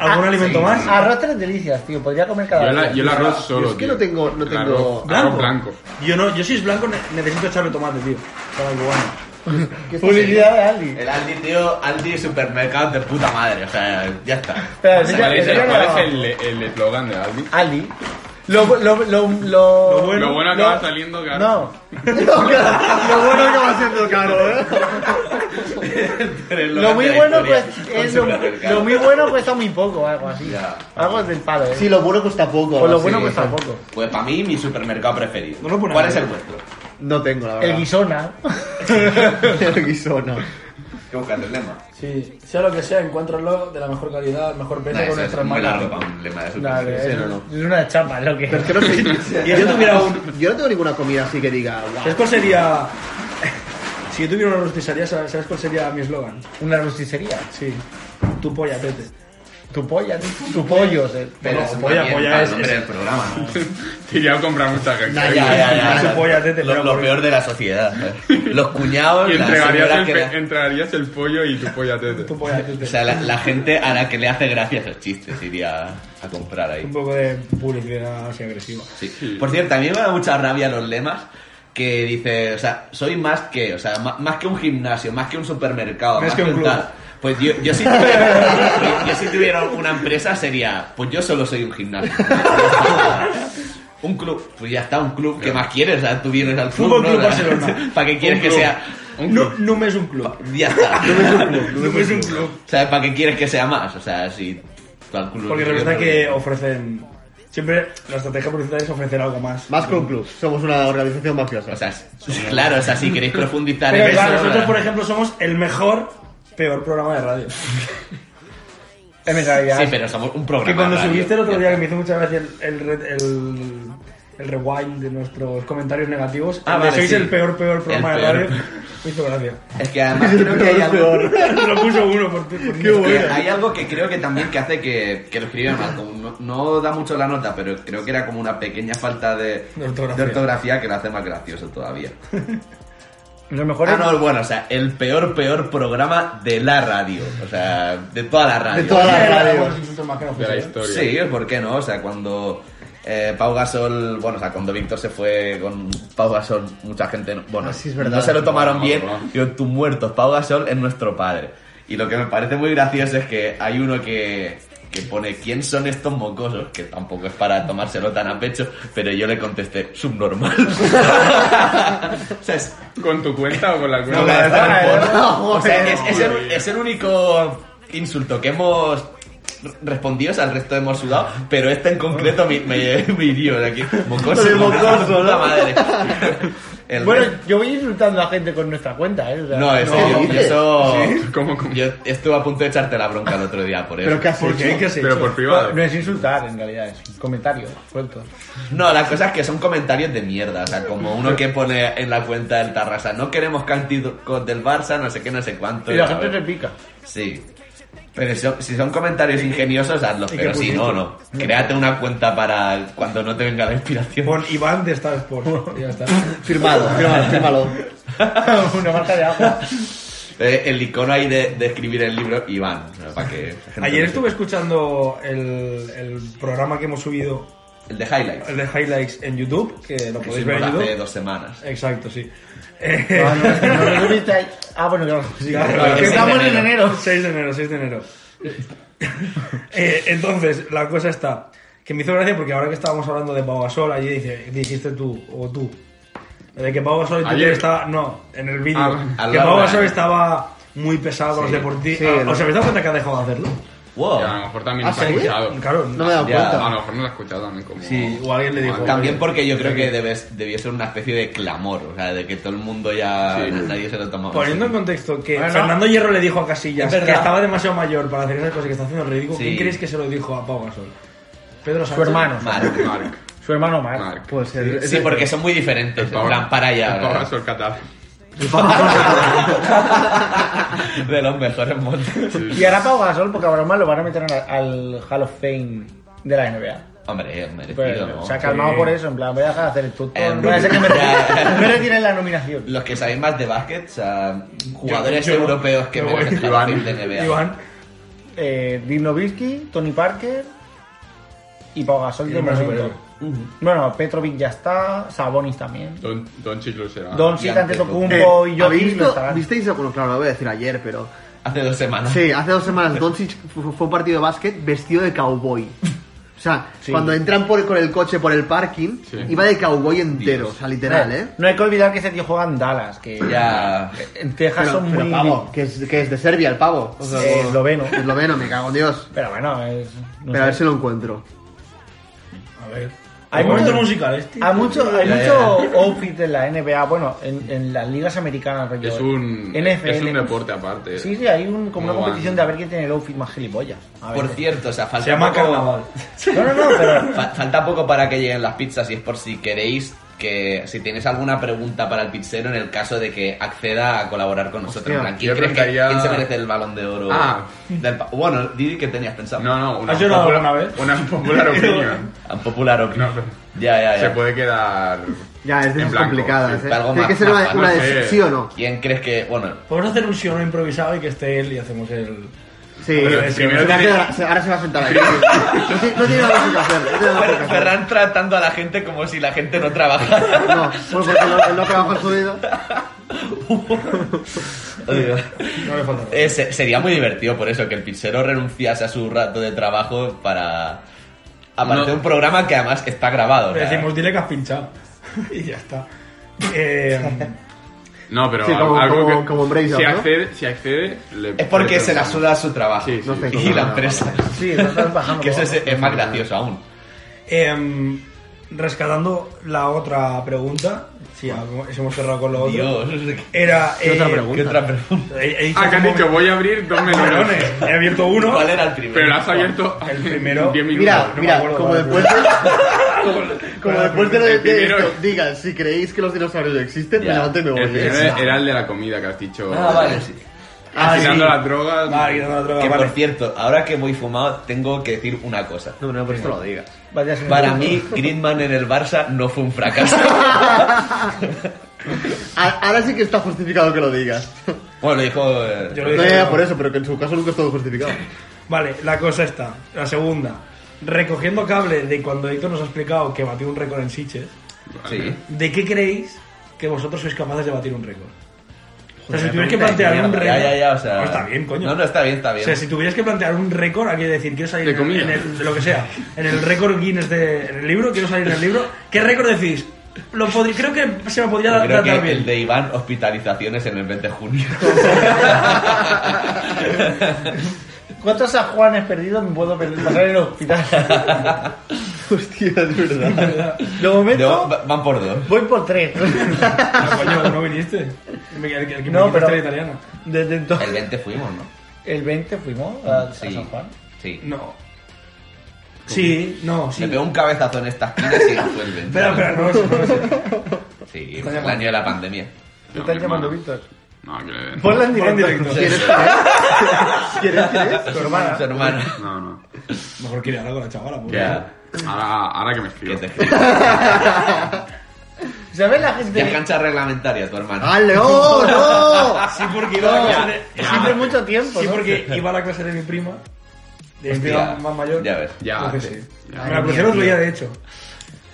¿Algún alimento sí. más? Ah, Arroz tres delicias, tío. Podría comer cada Yo, día. la- yo el arroz solo. es que tío. no tengo- no El tengo- arroz- ¿Blanco? arroz blanco. Yo no, yo si es blanco ne- necesito echarle tomate, tío. Para el cubano. Publicidad de Aldi. El Aldi, tío, Aldi supermercado de puta madre. O sea, ya está. Pero, ¿Cuál enseña- es el- enseña cuál la- es el- el eslogan de Aldi? Aldi. Lo, lo, lo, lo, Lo bueno- Lo bueno acaba saliendo caro. No. Lo bueno que va siendo caro, ¿eh? Lo muy bueno pues es lo, supermercado. lo muy bueno cuesta muy poco, algo así. Ya. Algo del palo, eh. Sí, lo bueno cuesta poco. Pues lo sí. bueno cuesta poco. Pues para mí, mi supermercado preferido. No lo pones ¿Cuál ahí. es el vuestro? No tengo, la verdad. El Eh, guisona. [laughs] [laughs] El guisona. Que buscas el lema. Sí, sea lo que sea, encuéntralo de la mejor calidad, al mejor precio Nah, con eso es nuestras muy marcas. largo para un lema de Claro, supermercado. es, no, no. es una chapa lo que. Pero es que no sé. yo, tuviera un- yo no tengo ninguna comida así que diga, ¿Sabes wow. cuál sería...? [laughs] Si yo tuviera una rostizaría, ¿sabes sabes cuál sería mi eslogan? Una rosticería. Sí. Tu polla, Tete. Tu polla, tu, tu pollo. eh. Pero No, es polla, polla, polla polla es- es el nombre es- del programa. ¿no? Te iría a comprar mucha gente. Nah, ya, ya, ya. Tu polla, Tete. Lo, pero lo por- peor de la sociedad. Los cuñados, Y las entregarías señoras el, que pe- le- entregarías el pollo y tu polla tete. Tu polla, Tete. O sea, la, la gente a la que le hace gracia esos chistes iría a, a comprar ahí. Un poco de publicidad así agresiva. Sí. Por cierto, a mí me da mucha rabia los lemas que dice, o sea, soy más que, o sea, ma- más, que un gimnasio, más que un supermercado, Más más, que que un club. tal. Pues yo, yo, si tuviera, yo si tuviera una empresa sería, pues yo solo soy un gimnasio. [laughs] un club, pues ya está, un club, ¿qué más quieres? O sea, tú vienes al club, Fútbol ¿no? Club O sea, Barcelona. [laughs] ¿Para qué Un quieres que club. sea? No, no me es un club. Ya está. [laughs] No me es un club. O sea, ¿para qué quieres que sea más? O sea, si tú al club- Porque la verdad que ofrecen... Siempre la estrategia publicitaria es ofrecer algo más. Más que un club. Somos una organización mafiosa. O sea, si- claro, o sea, si queréis profundizar Pero en eso... claro, nosotros, ¿verdad? por ejemplo, somos el mejor, peor programa de radio. En realidad. Sí, pero somos un programa. Que cuando radio. subiste el otro día, que me hizo muchas gracias el, el, re- el- el rewind de nuestros comentarios negativos, Ah, el de vale, sois sí. el peor, peor El programa de peor. radio, me hizo gracia. [laughs] Es que además creo que hay algo, [laughs] Lo puso uno por ti. por mí. que hay algo que creo que también que hace que, que lo escriban mal. Como no, no da mucho la nota, pero creo que era como una pequeña falta de, De ortografía. ortografía que lo hace más gracioso todavía. Lo mejor Ah, es. no, bueno, o sea, el peor, peor programa de la radio. O sea, de toda la radio. De toda [laughs] Era la uno de radio. los insultos más que nos De la pusieron. historia. Sí, ¿por qué no? O sea, cuando eh, Pau Gasol, bueno, o sea, cuando Víctor se fue con Pau Gasol, mucha gente, no- bueno, Ah, sí, es verdad. no se lo tomaron No, bien. no. Digo, tú muertos, Pau Gasol es nuestro padre. Y lo que me parece muy gracioso es que hay uno que, que pone, ¿quién son estos mocosos? Que tampoco es para tomárselo tan a pecho, pero yo le contesté, subnormal. [laughs] o sea, es, ¿Con tu cuenta o con la cuenta? no, la verdad, Ah, no, no, o sea, es, es el, joder. es el único insulto que hemos respondido, o sea, el resto hemos sudado, pero este en concreto me, me, [laughs] me hirió de aquí. Mocoso, De mocoso, puta madre. [laughs] El Bueno, resto- yo voy insultando a gente con nuestra cuenta, eh. o sea, no, es no, que yo- ¿qué yo eso... ¿Cómo, cómo? Yo estuve a punto de echarte la bronca el otro día por eso. Pero ¿qué has ¿Por qué? hecho? ¿Qué has hecho? Pero por privado. No es insultar, en realidad, es comentario, suelto. No, la cosa es que son comentarios de mierda. O sea, como uno que pone en la cuenta del Tarrasa, no queremos cánticos del Barça, no sé qué, no sé cuánto. Y la A gente ver. se pica. Sí. Pero si son, si son comentarios ingeniosos, hazlos. ¿Y qué Pero si pusiste? no, no. Créate una cuenta para cuando no te venga la inspiración. Pon Iván de Star Sports. [laughs] [laughs] Ya está. [laughs] Firmado, firmado, fírmalo. Una marca de agua. Eh, el icono ahí de, de escribir el libro, Iván. ¿no? Para que la gente Ayer lo estuve sepa. escuchando el, el programa que hemos subido, El de Highlights. el de Highlights en YouTube, que lo Que podéis hicimos ver en hace YouTube. dos semanas. Exacto, sí. Ah, No, no, es que no [laughs] lo tuviste ahí. Ah, bueno, claro. sí. Claro, Que es estamos en en enero. 6 de enero, 6 [laughs] de enero. Eh, entonces, la cosa está. Que me hizo gracia porque ahora que estábamos hablando de Pau Gasol, allí dice, dijiste tú, o tú. De que Pau Gasol en Twitter Ayer. estaba. No, en el vídeo. Ah, al que lado Pau de- Gasol estaba muy pesado con los ah, Sí, deportistas. sí, el- ¿Os habéis dado cuenta que ha dejado de hacerlo? Wow. Y a lo mejor también ¿Ah, no se ha sí? escuchado. Claro, No me he dado Ya, cuenta. A lo mejor no lo ha escuchado también como... Sí, o alguien le dijo. También "Oye, porque yo creo que debes, debió ser una especie de clamor, o sea, de que todo el mundo ya Sí. nadie se lo tomaba. Poniendo en en serio. contexto que Bueno. Fernando Hierro le dijo a Casillas Es verdad. que estaba demasiado mayor para hacer esas cosas que está haciendo el ridículo, Sí. ¿quién creéis que se lo dijo a Pau Gasol? Pedro Sánchez. Su hermano. Marc. Marc, Su hermano Mark. Marc. Puede ser. Sí, Ese- porque son muy diferentes. En Pau- plan, para allá. el Pau ¿verdad? Gasol catalán. de los mejores montes. Y ahora Pau Gasol, porque ahora más lo van a meter al, al Hall of Fame de la NBA. Hombre, eh, merecido, Pues, Pero, ¿no? o sea, Pues, calmado Sí. por eso, en plan, voy a dejar de hacer el tonto. Eh, No voy a ser que me, ya. me retiren la nominación. Los que sabéis más de básquet, o sea, jugadores Yo- yo- europeos que yo voy. merecen Hall of Fame de NBA. Iván, Eh, Dirk Nowitzki, Tony Parker y Pau Gasol Y de el más momento. superior. Bueno, Petrovic ya está, Sabonis también. Don, Don Chilo será. Don y Antetokounmpo y Jokic Eh, ¿habéis no visto, estarán. ¿Visteis? Bueno, claro, lo voy a decir ayer, pero. Hace dos semanas. Sí, hace dos semanas Doncic fu- fu- fue un partido de básquet vestido de cowboy. O sea, Sí. cuando entran por, con el coche por el parking, Sí. iba de cowboy entero, Dios. o sea, literal, ¿eh? No hay que olvidar que ese tío juega en Dallas, que Ya. en Texas Pero, son pero muy... pavo, que es, que es de Serbia el pavo. O sea, Eh, no- esloveno. Esloveno, me cago en Dios. Pero bueno, es... no Pero a sé. ver si lo encuentro. a ver. Hay Hay momentos mucho- musicales, tío. Hay mucho, hay Ya, mucho outfit en la NBA, bueno, en, en las ligas americanas. rollo Es un, NFL. es un deporte aparte. pues, Sí, sí, hay un, como una Muy competición guay. de a ver quién tiene el outfit más gilipollas. A Por ver. cierto, o sea, falta Se llama poco- carnaval. [laughs] No, no, no, pero... Fa- falta poco para que lleguen las pizzas y es por si queréis que si tenéis alguna pregunta para el pizzero en el caso de que acceda a colaborar con nosotros. Hostia, En plan, ¿quién yo crees que- preguntaría- quién se merece el balón de oro? Ah. Del pa- bueno, Didi, ¿qué tenías pensado? [laughs] No, no, una ¿Has llorado popular- alguna vez? Una [laughs] popular opinion. A popular opinión. No, no. Ya, ya, ya. Se puede quedar... Ya, es de En esas blanco, complicadas, sí, ¿eh? algo Tiene más- que ser una, más- una no de sé. sí o no. ¿Quién crees que.? Bueno, Podemos hacer un siono improvisado y que esté él y hacemos el... Sí, Pero sí, primero se va a tiene- quedar- se- ahora se va a sentar ahí. No, tiene- no tiene nada más que hacer. No tiene nada más Fer- que hacer. Ferran tratando a la gente como si la gente no [laughs] trabajara. No, pues, bueno, porque no, él no trabaja en su vida. No le falta nada. Eh, se- sería muy divertido por eso que el pizzero renunciase a su rato de trabajo para aparecer No. un programa que además está grabado. o Le sea, decimos, dile que has pinchado. [laughs] y ya está. Eh, No, pero Sí, como- algo como- que... como en Braveheart, si ¿no? accede, si accede le- es porque le- se la suda su trabajo Sí, sí. No sé. y la empresa. Sí, no estás bajando. [laughs] Que eso es, es más gracioso aún. Em, rescatando la otra pregunta, si hemos- hemos cerrado con lo otro. Dios. Era. ¿Qué otra eh, pregunta? ¿Qué otra pregunta? he- he dicho Ah, que has como- dicho, voy a abrir dos melones. Melones. He abierto uno. ¿Cuál era el primero? Pero la has abierto El hace [laughs] primero. 10 minutos. Mira, no me mira, acuerdo como cuál después de, como después de, lo de- de Primero- esto, digan, si creéis que los dinosaurios existen, me Ya. levanto y me voy. El primero ¿eh? era el de la comida que has dicho. Ah, vale, sí. Ah, sí. Afinando las drogas. Ah, quitando la droga, Que vale. por cierto, ahora que voy fumado, tengo que decir una cosa. No, no, por esto lo digas. Vaya señor. Para mí, Griezmann en el Barça no fue un [laughs] fracaso. A- Ahora sí que está justificado que lo digas. Bueno, lo dijo. eh, Yo lo No dije, ya, no. por eso, pero que en su caso nunca estuvo justificado. Vale, la cosa está. La segunda. Recogiendo cable de cuando Héctor nos ha explicado que batió un récord en Siches, Sí. ¿de qué creéis que vosotros sois capaces de batir un récord? O sea, si Joder, tuvierais que pregunta de plantear un récord. Ya, ya, ya, o sea. No, Pues está bien, coño. No, no, está bien, está bien. O sea, si tuvieras que plantear un récord, hay que decir, quiero salir De en el- comida. en el- de lo que sea, en el récord Guinness de, en el libro, quiero salir en el libro, ¿qué récord decís? Lo podri- creo que se me podría Yo dar creo tratar que bien. el de Iván, hospitalizaciones en el mes de junio. ¿Cuántos San Juanes perdidos me puedo perder- pasar en el hospital? Hostia, es verdad. De momento, No, va- van por dos. voy por tres. Ah, coño, no viniste. Me- El, el que me No, quitaste pero- la italiana. Desde entonces... El 20 fuimos, ¿no? El 20 fuimos a, a Sí. San Juan. Sí. No. Sí, no, sí. Le pegó un cabezazo en esta esquina y no fue el 20. Espera, espera, no, no, no, no. Sí, fue el año de la pandemia. ¿Te No, están mi llamando hermano. Víctor? No, que le- Ponla en Ponla en directo. directo. ¿Quieres quién es? ¿Quieres quién es? Tu hermana. Su hermano. No, no. Mejor quería hablar con la chavala, pobre. Ya. Ahora, ahora que me Que escribo. te escribo. ¿Sabes la Ya es gente? cancha reglamentaria, tu hermano. ¡Ale, oh, [laughs] no! Sí, porque iba a la clase de- Siempre mucho tiempo. sí, ¿no? porque iba a la clase de mi prima, de mi Hostia, prima más mayor. Ya ves. Ya, Entonces hace- sí. ya. Me la pusieron otro día, de hecho.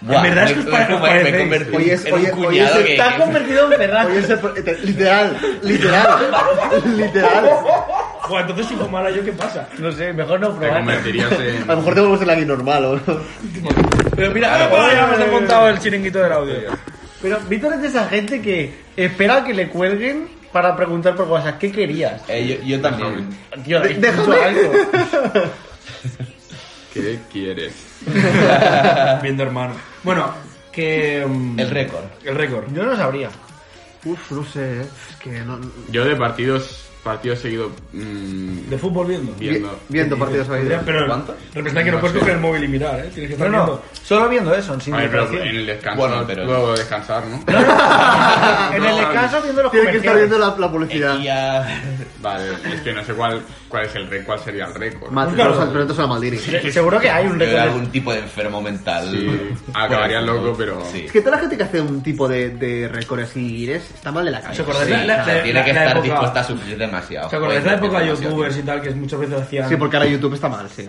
Buah, verdad es que me- os [laughs] pare- me- os me- me parecéis. convertí Hoy es- en hoy un es- hoy cuñado es- que- Te has convertido en Ferran. Oye, ese pro- este- literal, literal, [laughs] literal. Joder, entonces si fue mala yo, ¿qué pasa? No sé, mejor no Te probar. convertirías en. [laughs] A lo mejor te volvemos el aquí normal, ¿o no? Pero mira, ah, bueno, ya hemos desmontado el chiringuito del audio. Pero Víctor es de esa gente que espera que le cuelguen para preguntar por WhatsApp qué querías. Eh, yo, yo también. Tío, De- habéis déjame. dicho algo. ¿Qué quieres? Viendo hermano. Bueno, que. mm, El récord. El récord. Yo no sabría. Uf, no sé, eh. es que no. Yo de partidos, partidos seguido mm, De fútbol viendo. viendo. Viendo partidos ahí. Ya, Pero ¿Cuánto? representa que no puedes coger el móvil y mirar, ¿eh? Tienes que No, estar no, viendo. solo viendo eso, sin A ver, pero distracción. en el descanso, Bueno, pero- luego de [laughs] descansar, ¿no? Ah, Ah, En el descanso viendo los Tiene que estar comerciales. viendo la, la publicidad. Eh, Y ah, ya- Vale, es que no sé cuál, cuál es el récord, cuál sería el récord. Mate, Claro. pero pero esto es una Maldini. Se- Seguro que hay un yo era récord. algún tipo de enfermo mental. [laughs] Pues, Sí, acabaría loco, pero- Sí. Es que toda la gente que hace un tipo de, de récord así Guinness está mal de la ¿Se cabeza. acordáis Sí, la, la- o sea, la- tiene que la estar época- dispuesta a sufrir demasiado. ¿Se acordáis Joder, la época de demasiado youtubers tiempo. y tal que muchas veces hacían. Sí, porque ahora YouTube está mal, sí.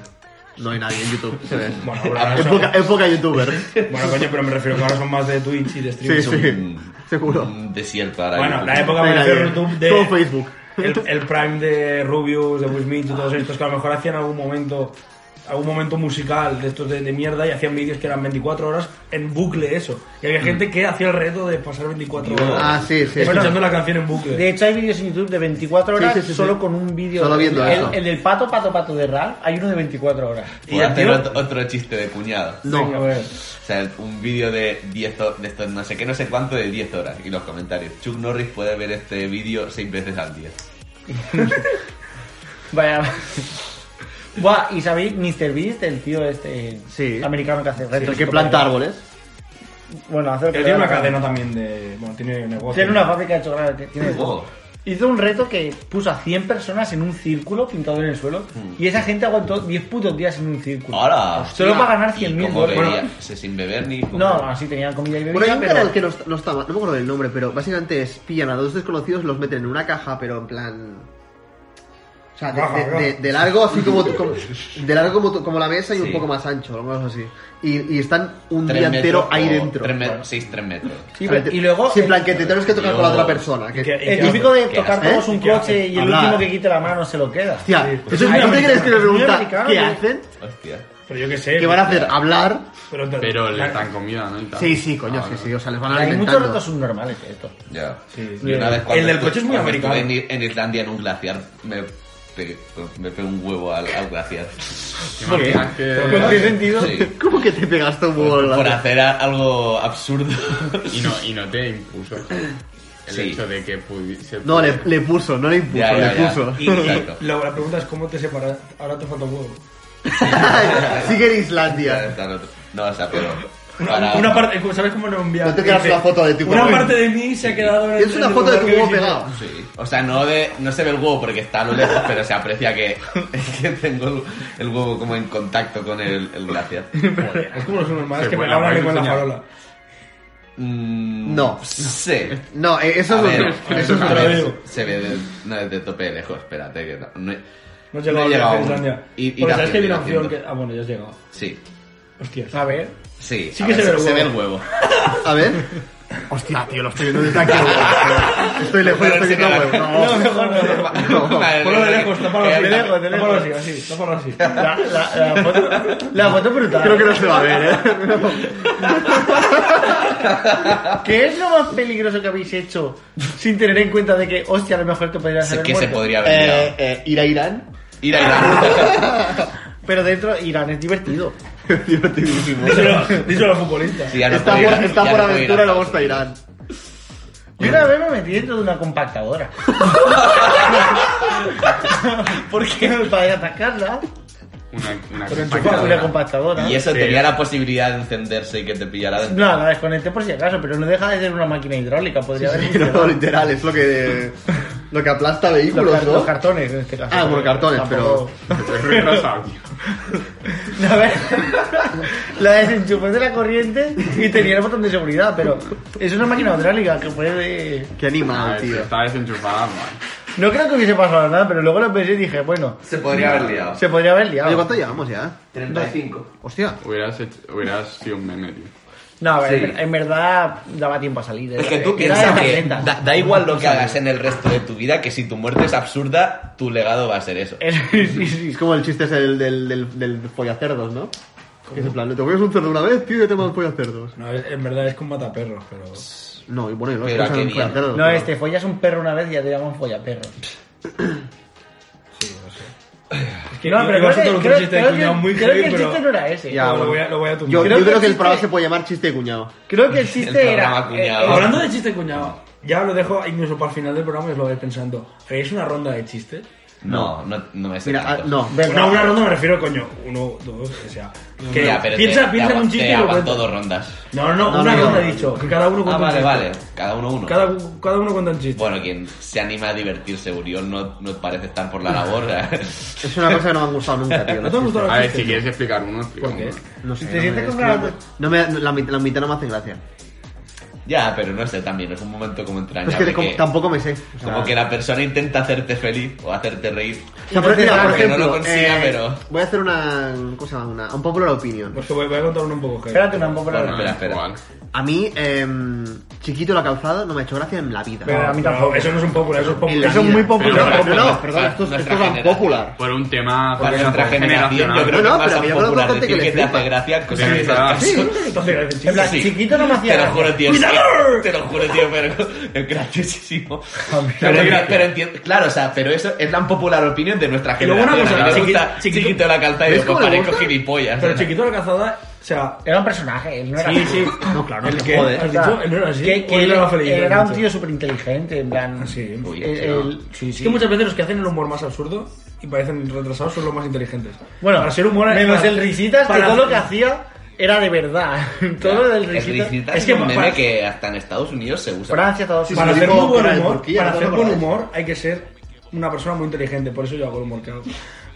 No hay nadie en YouTube, se ve. Bueno, ahora [laughs] son- Época, época youtuber. bueno, coño, pero me refiero que ahora son más de Twitch y de Sí, streaming. [laughs] sí, un- seguro. Un desierto ahora. Bueno, YouTube. la época No hay me refiero a nadie. YouTube de. Todo Facebook. El, el Prime de Rubius, de Will Smith y todos estos que a lo mejor hacían algún momento algún momento musical de estos de, de mierda y hacían vídeos que eran 24 horas en bucle eso. Y había gente que hacía el reto de pasar 24 horas Ah, sí, sí. escuchando la canción en bucle. De hecho, hay vídeos en YouTube de 24 horas Sí, sí, sí, solo sí. con un vídeo. Solo viendo el, eso. el del pato, pato, pato de Ralph, hay uno de 24 horas. Y Puedo el hacer tío- ot- otro chiste de cuñado. No. Venga, a ver. O sea, un vídeo de 10 ho- de estos no sé qué, no sé cuánto de 10 horas. Y los comentarios. Chuck Norris puede ver este vídeo 6 veces al día. Vaya. Buah, y sabéis, Mr. Beast, el tío este Sí. americano que hace retos. El que planta árboles. Bueno, hace lo Él que tiene le da una la gana. cadena también de... Bueno, tiene negocio. Tiene una fábrica de chocolate. que Tiene Wow. Hizo un reto que puso a 100 personas en un círculo pintado en el suelo Mm. y esa gente aguantó 10 putos días en un círculo. ¡Hala! Solo para ganar ¿Y 100.000 cómo dólares. bebía? Bueno, Se- sin beber ni... no, así tenían comida y Bueno, hay bebida, un pero canal que no, está- no está mal, no me acuerdo del nombre, pero básicamente es pillan a dos desconocidos, los meten en una caja, pero en plan. O sea, de, de- de- de largo, [laughs] así como, como- De largo como, tu- como la mesa y Sí. un poco más ancho, algo así. Y, y están un Tres día metros entero Eh, ahí o dentro. tres met- seis, tres metros. Sí, O sea, y te- luego- sí, en plan, que te tienes que tocar con la otra persona. Que, ¿Eh? que- Hostia, ¿Y el qué típico de ¿Qué tocar hace? todos un ¿Y qué coche hace? y el Hablar. último que quite la mano se lo queda. pues eso es Muy ¿tú te crees que les americano, muy pregunta americano, qué tío. hacen? Hostia. Pero yo qué sé. ¿Qué van a hacer? ¿Hablar? Pero, Pero le dan comida, ¿no? Y tal. Sí, sí, coño, sí, sí. O sea, les van Hay alimentando. muchos retos subnormales de esto. Ya. Sí, Yo una vez cuando El del estu- coche es muy cuando americano. estuve En, en Islandia en un glaciar me pegué, me pegué un huevo al, al glaciar. ¿Te imaginas ¿Con que- qué sentido? Sí. ¿Cómo que te pegaste un huevo al Pues Por lado? hacer a- algo [laughs] absurdo. Y no, y no te impuso el Sí. hecho de que pudiese. No, le, le puso, no le impuso, Ya, ya, le ya. puso. Y, y Exacto. la, la pregunta es cómo te separas. Ahora te falta un huevo. [laughs] Sigue en Ya Islandia. está el otro. no, o sea, pero... Una, para- una parte, ¿sabes cómo no enviar? No te quedas Dice, una foto de tu Una huevo. parte de mí se ha quedado en el- Es una en el foto lugar de tu que huevo visité. pegado. Sí. O sea, no, de, no se ve el huevo porque está a lo lejos, pero se aprecia [laughs] que, [laughs] que tengo el, el huevo como en contacto con el, el glaciar. Es como los normales Qué que buena, pegaban buena ahí con la enseñanza. farola. Mm, No. Sé. No, eh, eso A es ver, otro. a Eso es ver, otro. lo digo. se ve de- no, desde tope de lejos, espérate que no. no he- No has llegado no he a llegado Islandia. aún. Y- y Porque sabes también, que hay una y también. opción que... Ah, bueno, ya has llegado. Sí, Hostias. A ver, sí. Sí a que se ve el se huevo. ve el huevo. [laughs] A ver. Hostia, tío, lo estoy viendo desde aquí. huevo. Estoy lejos, estoy viendo huevo. No. Vale, [laughs] Ponlo de lejos, tápalo eh, así. de lejos, de Tápalo así, lejos. así. Tápalo así. la, la- la foto, la foto brutal. Creo que no se va a [laughs] ver, eh. ¿Qué es lo más peligroso que habéis hecho sin tener en cuenta de que, hostia, a lo mejor te podrías Sé haber que se muerto? podría haber Eh, mirado. eh, Ir a Irán. Ir a [laughs] Irán. Pero dentro, Irán es divertido. Divertidísimo. Díselo- Díselo a los futbolistas. Sí, ya no Está puedo ir por, a- está ya por no puedo ir aventura a- y luego está Irán. Yo una vez me metí dentro de una compactadora. Porque para atacarla, Una, una una [laughs] este. compactadora. Y eso Sí. tenía la posibilidad de encenderse y que te pillara dentro. No, la desconecté por si acaso, pero no deja de ser una máquina hidráulica, podría haber Sí, no, literal, es lo que, lo que aplasta los, vehículos, car- los ¿no? cartones en este caso. Ah, bueno, cartones, Tampoco- Retrasado. A ver, la desenchufé de la corriente y tenía el botón de seguridad, pero es una máquina hidráulica que puede... Qué animal, Ah, tío. Está desenchufada, man. No creo que hubiese pasado nada, pero luego lo pensé y dije, bueno, Se podría haber liado. se podría haber Oye, liado. ¿cuánto llevamos ya? 35. Hostia. Hubieras, hecho- hubieras sido un meme, tío. No, a ver, Sí. en verdad daba tiempo a salir. Es que tú Eh, Era piensas de que facetas. da, da igual lo que hagas en el resto de tu vida, que si tu muerte es absurda, tu legado va a ser eso. Sí, sí, Es como el chiste ese del, del, del, del follacerdos, ¿no? Que es en plan, te comes un cerdo una vez, tío, y te mando follacerdos. No, es- en verdad es con mataperros, pero... No, y bueno, y los Pero que ¿a qué usan día? cuarentena, No, este, follas un perro una vez y ya te llaman follaperro. Que no, pero creo vosotros que- un chiste de creo que- cuñado muy creo heavy, que el pero- chiste no era ese. Ya, pero lo bueno. voy a, lo voy a tumbar. Yo, yo creo que, el existe- programa se puede llamar chiste de cuñado. Creo que el El chiste programa era... eh, cuñado. eh, Hablando de chiste cuñado, ya lo dejo incluso para el final del programa y os lo vais pensando. ¿Queréis una ronda de chistes? No, no, no me sé. Mira, ah, tantos. [laughs] no. Venga. No, una ronda me refiero, coño. Uno, dos, o sea. Que Ya, pero piensa te- piensa te en un aguanté, chiste y lo aguanto cuenta. dos rondas. No, no, No, una no, ronda no. he dicho. Que cada uno cuenta Ah, un vale, chiste. vale. Cada uno uno. Cada, cada uno cuenta un chiste. Bueno, quien se anima a divertirse, Uriol no, no parece estar por la labor. [laughs] Es una cosa que no me han gustado nunca, tío. ¿No los te han gustado chistes. los A ver, si chistes? quieres explicar uno, explica ¿Por qué? uno. No sé. ¿Te no sientes me- como es que una- no me- no me- la, mit- la mitad no me hacen gracia. ya, pero no sé, también es un momento como entrañable. Es que, te- como- que- tampoco me sé. O sea, como que la persona intenta hacerte feliz o hacerte reír. o sea, por- te mira, da, por que no ejemplo, lo consiga, eh, pero- voy a hacer una cosa, una un popular opinion. Pues que voy, voy a contar uno un poco heavy. Espérate una un poco la Bueno, espera, espera. Ah, igual. A mí, em, chiquito la calzada no me ha hecho gracia en la vida. Pero a mí tampoco. Eso no es un popular, eso es En la popular. Eso es vida. muy [laughs] popular. Pero, no, no, Nuestra- perdón, esto es esto nuestra es un generación. popular. Por un tema Para nuestra generación, yo creo No, que no, es más pero yo conozco popular gente decir que que, le te hace flipa. gracia cosas Sí, que claro. esas Sí, cosas. yo creo que te hace gracia el chiste. En plan, Sí. chiquito no me hacía Te lo gracia. juro, tío. es que- ¡Cuidado! Te lo juro, tío, pero es graciosísimo. Hombre, Pero, gracias. pero entiendo, claro, o sea, pero eso es la popular opinión de nuestra Y luego generación. una cosa, a mí me chiqui- gusta chiquito- chiquito, la calza y ¿Ves digo, cómo le parezco gusta? gilipollas. Pero ¿sabes? chiquito la cazada, o sea. Era un personaje, él no era... Sí, sí. No, claro, el no que jodes. has O sea, dicho, él no era así. que, que o él él- era feliz. era un macho. tío súper inteligente, en plan... Ah, Sí. Uy, este el- tío. el- sí, Es sí. que muchas veces los que hacen el humor más absurdo y parecen retrasados son los más inteligentes. Bueno, para ser humor menos para- el Risitas, para- que todo lo que hacía era de verdad. [laughs] todo lo del El Risitas... Risitas Es es que un meme para- que hasta en Estados Unidos se usa. Francia, Estados Sí, Unidos... para lo hacer dijo muy buen con el humor, Turquía, para ¿no hacer te buen acordáis? humor hay que ser una persona muy inteligente, por eso yo hago el humor que hago.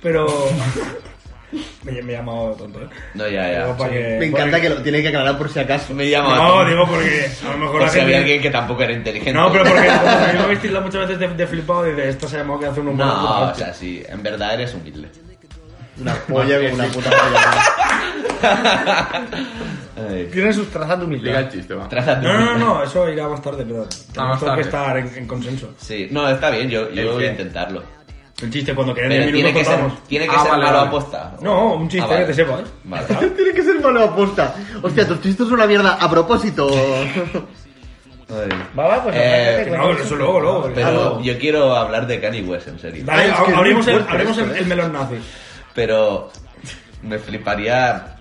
Pero [laughs] me, me he llamado tonto, ¿eh? No, ya, Digo, ya. para que- Me encanta que lo tiene que aclarar por si acaso. Me llama. No, digo porque a lo mejor Por la si había gente... alguien que tampoco era inteligente. No, pero [laughs] porque a mí me habéis tildado muchas veces de, de flipado y de esto se ha llamado que hace un humor. No, puto o sea, sí, en verdad eres [laughs] humilde. Una polla con una puta polla. Ay, Tiene sus trazas de Explica el humildad. chiste, va. traza tu- No, [laughs] no, no, eso irá más tarde, pero más Ah, tenemos que tarde. estar en, en consenso. Sí, no, está bien, yo, El yo voy qué. a intentarlo. El chiste cuando quede 10 Pero tiene minutos que ser, contamos. tiene que Ah, ser vale, malo vale. aposta. No, un chiste, Ah, vale. que te sepa, ¿eh? [laughs] Vale. [laughs] tiene que ser malo aposta. Hostia, tus chistes son una mierda a propósito. Va, va, pues... Eh, apártate, que No, cuéntame. eso luego, luego. Pero Algo. yo quiero hablar de Kanye West, en serio. Dale, Ah, es que es abrimos, muy el, fuerte abrimos el- esto, ¿eh? el melón nazi. Pero me fliparía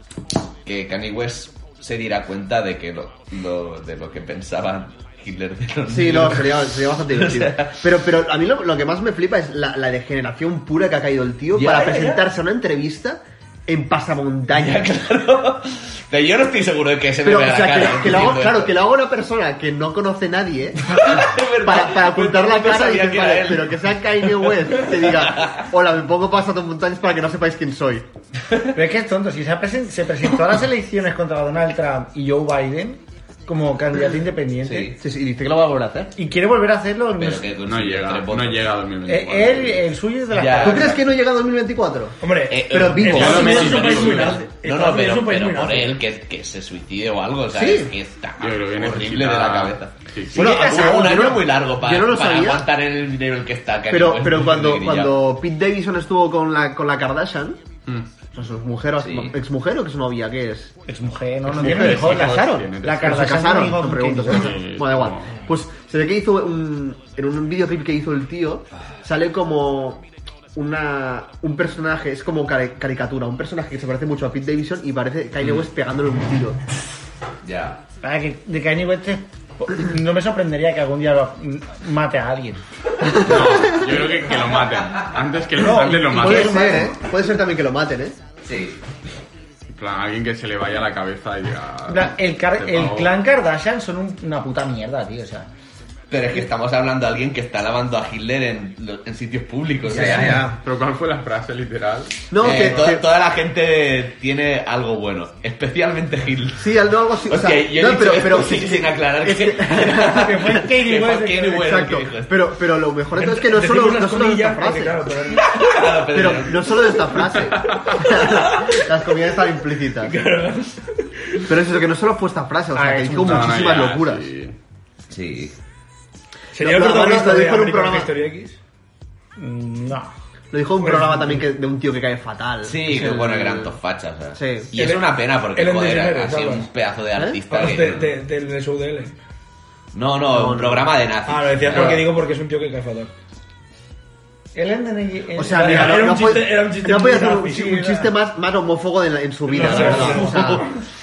que Kanye West se diera cuenta de que lo, lo- de lo que pensaba Hitler de los [laughs] Sí, no, negros. sería, sería bastante divertido. Pero, pero a mí lo, lo que más me flipa es la, la degeneración pura que ha caído el tío Ya, para ya, ya. presentarse a una entrevista en pasamontaña. Ya, claro. [laughs] Pero yo no estoy seguro de que se me Pero, o vea la sea, cara. que, que lo hago, diciendo claro, esto. que lo hago a una persona que no [laughs] conoce nadie Es verdad. [laughs] Pues para, para ocultar la No cara y sabía dices, que era vale, él. pero que sea Kanye West que [laughs] diga, hola, me pongo pasamontañas para que no sepáis quién soy. Pero es que es tonto, si se, ha presen- se presentó a las elecciones contra Donald Trump y Joe Biden como candidato independiente Sí, sí, y dice que lo va a volver a hacer. y quiere volver a hacerlo, no Pero sé. que No llega, tres votos. no llega a Eh, 2024. él, el suyo es de la Ya. ¿Tú crees que no llega a 2024? Hombre, Eh, Pero eh, vivo. Estados Yo lo Unidos es mismo, un país yo lo muy mismo. grande. No, Estados no, Unidos es pero, un país pero muy por grande. él que, que se suicide o algo, o sea, Sí. es que está Yo creo que horrible necesita- de la cabeza. Sí, sí. Bueno, Sí, o sea, hubo un yo año no- muy largo para, yo no lo para sabía. aguantar el nivel que está. que Pero, es pero muy cuando, grillado. cuando Pete Davidson estuvo con la, con la Kardashian, Mm. o sea, su mujer, o Sí. exmujer o que es novia, ¿qué es? Es mujer, no, no Mujer, tiene hijos. se casaron. La Pero se Kardashian casaron, no son preguntas. tiene hijos. Sí, Bueno, da igual. como- Pues se ve que hizo un. En un videoclip que hizo el tío, sale como. Una, un personaje, es como cari- caricatura, un personaje que se parece mucho a Pete Davidson y parece Mm. Kanye West pegándole un tiro. Ya. Para que de Kanye West no me sorprendería que algún día lo- mate a alguien. Yo creo que, que lo maten. Antes que lo, antes lo Puede maten. ser, ¿eh? Puede ser también que lo maten, ¿eh? Sí. En plan, alguien que se le vaya la cabeza y diga. La- El, car- "Te el pago". clan Kardashian son un- una puta mierda, tío. O sea, Pero es que estamos hablando de alguien que está lavando a Hitler en, lo- en sitios públicos. o sea, Pero ¿cuál fue la frase literal? No, eh, que, to- que- Toda la gente tiene algo bueno, especialmente Hitler. Sí, algo algo así. o sea, Hostia, yo he no, dicho pero, esto [laughs] pero sin, sin aclarar que, [laughs] que que fue Kanye West el fue Kanye que- West el que Exacto. dijo esto. Pero, pero lo mejor de todo es que no Decimos solo, las no solo de esta comillas porque, frase. [laughs] claro, pero- Claro, pero- Pero no solo de esta frase. [laughs] Las comidas están implícitas. Pero es eso, que no solo fue esta frase, o sea, Ah, que es dijo un drama, muchísimas Ya, locuras. sí. Sí. Sería el Lo- lo- protagonista lo de dijo en un American programa. History X. mm, no. Lo dijo un programa también que, de un tío que cae fatal. Sí, que El- bueno, que eran dos fachas. o sea. Sí. Y es una pena porque, Ellen joder, DeGeneres, ha sido ¿sabes? un pedazo de artista. Vamos, que- de- de- del show de L. No, no, un programa de nazis. Ah, lo decía porque digo porque es un tío que cae fatal. El Enden O sea, mira, Era no, un no chiste- puede- era un chiste no podía muy ser un, nazi, un era. chiste más, más homófobo de la- en su vida, No, la sí, verdad. sí. O sea,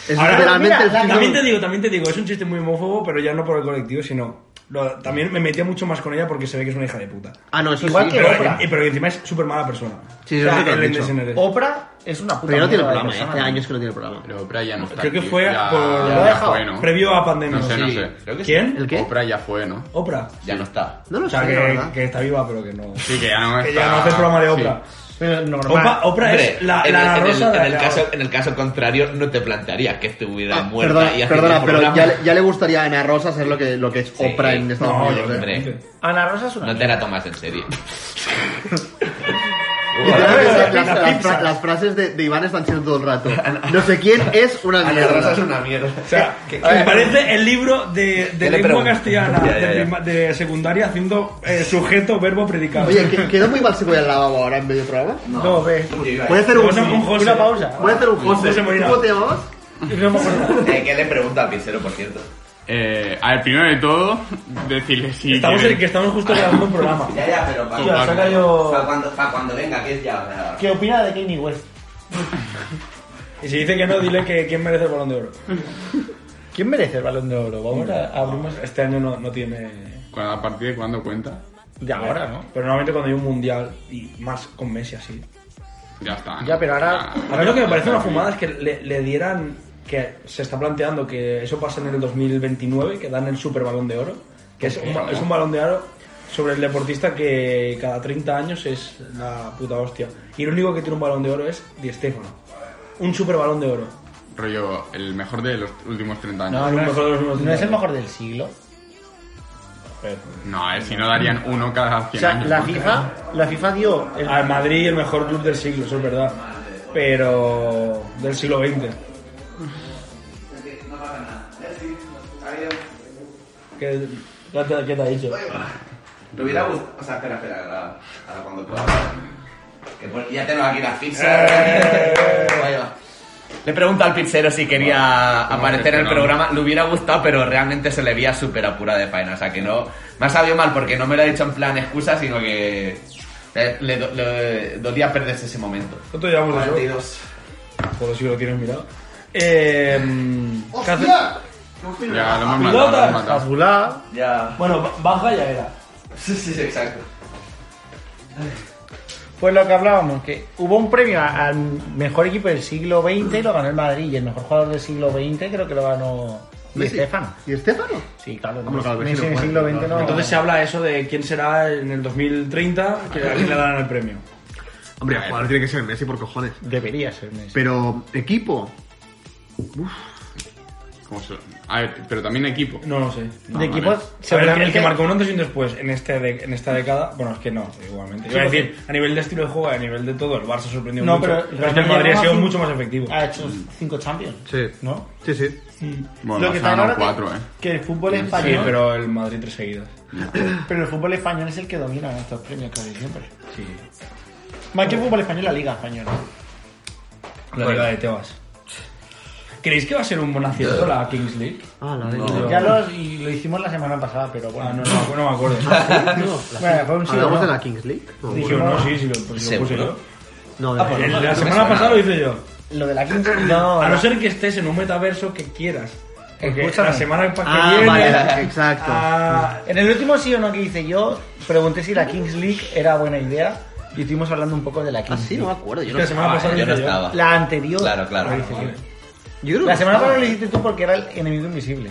es Ahora, literalmente mira, el la- tío- También te digo, también te digo, es un chiste muy homófobo, pero ya no por el colectivo, sino. lo- también me metía mucho más con ella porque se ve que es una hija de puta. Ah, no, eso Igual sí. que- Pero, Oprah. eh, pero encima es súper mala persona. Sí, eso sí te lo han Ellen dicho. DeGeneres. Oprah es una puta Pero ya no tiene mierda de programa, ¿eh? hace persona. años que no tiene programa. Pero Oprah ya no está. Creo que aquí. fue Ya- por- ya lo ha dejado. fue, ¿no? Previo a pandemia. No sé, no Sí, sé. creo que sí. ¿Quién? ¿El qué? Oprah ya fue, ¿no? Oprah. Ya no está. No lo O sé, sea, la que, verdad. que está viva, pero que no. Sí, que ya no Que está. ya no hace el programa de Sí. Oprah. Pero normal. Oprah, Oprah Hombre, es la, en la el- en el- rosa de en el la- caso, en el caso contrario, no te plantearías que estuviera Ah, muerta y perdona, haciendo perdona un pero programa. ya, le- ya le gustaría a Ana Rosa ser lo que, lo que es Sí. Oprah en Estados No, Unidos. yo- ¿eh? Hombre, Ana Rosa es una no te la tomas en [laughs] serio. Literalmente, Las las, las- pizzas. fra- las frases de, de Iván están siendo todo el rato. Ah, No sé quién es una Ana Rosa mierda. es una mierda. O sea, me parece el libro de, de le lengua pregunto. castellana Ya, ya, de ya. prima- De, secundaria haciendo eh, sujeto, verbo, predicado. Oye, ¿que- ¿quedó muy mal si voy al lavabo ahora en medio programa? no, ve. Voy pues, a hacer un, Vamos a un José. Una pausa. voy a hacer un José. José Molina. ¿Cómo te llamabas? No me Pues- acuerdo. Eh, ¿Qué le pregunta al pincero, por cierto? Eh, a ver, primero de todo, [laughs] decirle si. Estamos, quiere- en- que estamos justo grabando un programa. Ya, ya, pero para, Tío, se ha caído- cuando, pa' cuando venga, que es ya. o sea, ¿Qué opina de Kanye West? Y si dice que no, dile que quién merece el balón de oro. ¿Quién merece el balón de oro? Vamos a abrimos. Este año no, no tiene. Cuando- ¿A partir de cuándo cuenta? De ahora, ¿no? Pero normalmente cuando hay un mundial y más con Messi así. Ya está. ¿no? Ya, pero ahora- Ah, A mí lo que me parece una fumada es que le, le dieran. que se está planteando que eso pasa en el 2029, que dan el super balón de oro. Que es un, ba- es un balón de oro sobre el deportista que cada 30 años es la puta hostia. Y el único que tiene un balón de oro es Di Stéfano. Un super balón de oro. Rollo, el mejor de los últimos 30 años. No, el no, mejor de los es, últimos no es el años. mejor del siglo. No, a ver, si no darían uno cada O 100 sea, años. la ¿no? FIFA, la FIFA dio el- Al Madrid, el mejor club del siglo, eso es verdad. Pero. del siglo XX. ¿Qué, qué te, qué te ha dicho? Me hubiera gustado. O sea, espera, espera, ahora, ahora cuando pueda. Que pues, ya tenemos aquí las pizzas. Ahí va. Le pregunto al pizzero si quería Bueno, aparecer en el gestionando. programa. Le hubiera gustado, pero realmente se le veía súper apura de faena. O sea, que no. Me ha sabido mal porque no me lo ha dicho en plan excusa, sino que. eh, Le, do- le dolía perderse ese momento. ¿Cuánto llevamos de show? 42. Joder, si lo tienes mirado. Eh, mm, ¿qué hace- Ya, lo hemos matado, lo hemos matado. Azulá. Ya. Bueno, Ba- baja ya era. Sí, sí, sí, exacto. Pues lo que hablábamos, que hubo un premio a- al mejor equipo del siglo XX y lo ganó el Madrid. Y el mejor jugador del siglo XX creo que lo ganó Di Messi. Stefano. ¿Y Estefano? Sí, claro. Hombre, claro, Messi Messi en el no siglo puede, XX claro. no. Entonces se habla eso de quién será en el 2030, [laughs] que a quién le darán el premio. Hombre, el jugador tiene que ser Messi por cojones. debería ser Messi. Pero, equipo. ¿Cómo se lo- A ver, pero también equipo. No lo sé. de no, equipos, A vale. ver, el seguramente- que marcó un antes y un después en, este de- en esta década, bueno, es que no, igualmente. Iba a decir, a nivel de estilo de juego, a nivel de todo, el Barça sorprendió No, mucho. pero Pero es que el Madrid ha sido mucho más efectivo. Ha hecho cinco Champions. Sí. ¿No? Sí, sí. Bueno, lo que Barcelona está claro cuatro, que, eh. que el fútbol Sí, español, pero... pero el Madrid tres seguidas. el fútbol español es el que domina estos premios casi siempre. Sí. Más que el fútbol español, la liga española. La liga de Tebas. ¿Creéis que va a ser un buen acierto la Kings League? Ah, la Ya los- y lo hicimos la semana pasada, pero bueno. Ah, no, no, no me acuerdo. Ah, Bueno, fue un sí o no. ¿Hablamos de la Kings League? No, sí. Yo no, sí, sí, lo, pues, sí lo puse ¿Seguro? yo. no de Ah, la pues, la semana pasada lo hice yo. Lo de la quince. No, A no no. ser que estés en un metaverso que quieras. Porque Escúchame. la semana pa- que Ah, viene... vale, la- exacto. Ah, En el último sí o no que hice yo, pregunté si la Kings League era buena idea y estuvimos hablando un poco de la Ah, Kings sí, no me League. acuerdo. Yo es no que la semana pasada Yo lo no hice yo. estaba. La anterior. Claro, claro. lo hice yo. Yo creo que La semana no estaba. pasada lo hiciste tú porque era el enemigo invisible.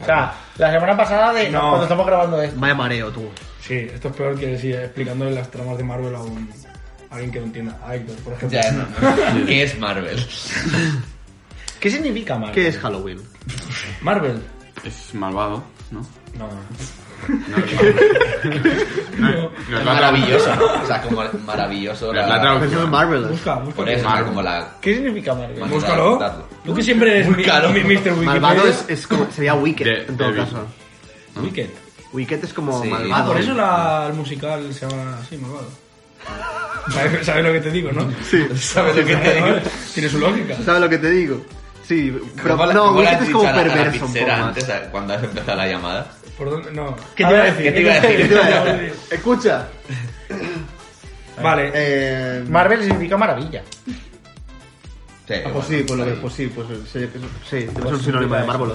O sea, la semana pasada de No. cuando estamos grabando esto. Vaya mareo, tú. Sí, esto es peor que si explicándole las tramas de Marvel a, un, a alguien que no entienda. A Héctor, por ejemplo. Ya, no, no. ¿Qué es Marvel? ¿Qué significa, Marco? ¿Qué es Halloween? Marvel. Es malvado, ¿no? No, no. No, no. No, Es es la tra- maravilloso. O sea, como maravilloso. no es la Pensando en traducción. Marvel. Busca, busca. Por eso, Marvel. como la. ¿Qué significa, Marco? Marvel. Búscalo. Dadlo. Tú que siempre eres mi, Búscalo. mi- Mr. Wikipedia. Malvado es, es como, sería Wicked, De- en todo débil. caso. Wicked. Wicked es como Sí. malvado. Ah, por eso la, el musical se llama así, malvado. ¿Sabes, sabes lo que te digo, no? Sí. [laughs] ¿Sabes lo que te digo? Tiene su lógica. ¿Sabes lo que te digo? Sí, pero ¿Cómo la- no, cómo la Wicked es como has dicho a la- a la perverso un pizzera poco más. antes, a- cuando has empezado la llamada? ¿Por dónde? No. ¿Qué A te iba a ver, decir? ¿Qué te iba a decir? Escucha, Vale. eh, Marvel significa maravilla. Sí, ah, bueno, pues sí, pues lo que ahí. pues sí, pues sí, eso- Pues sí, es un sinónimo de Marvel.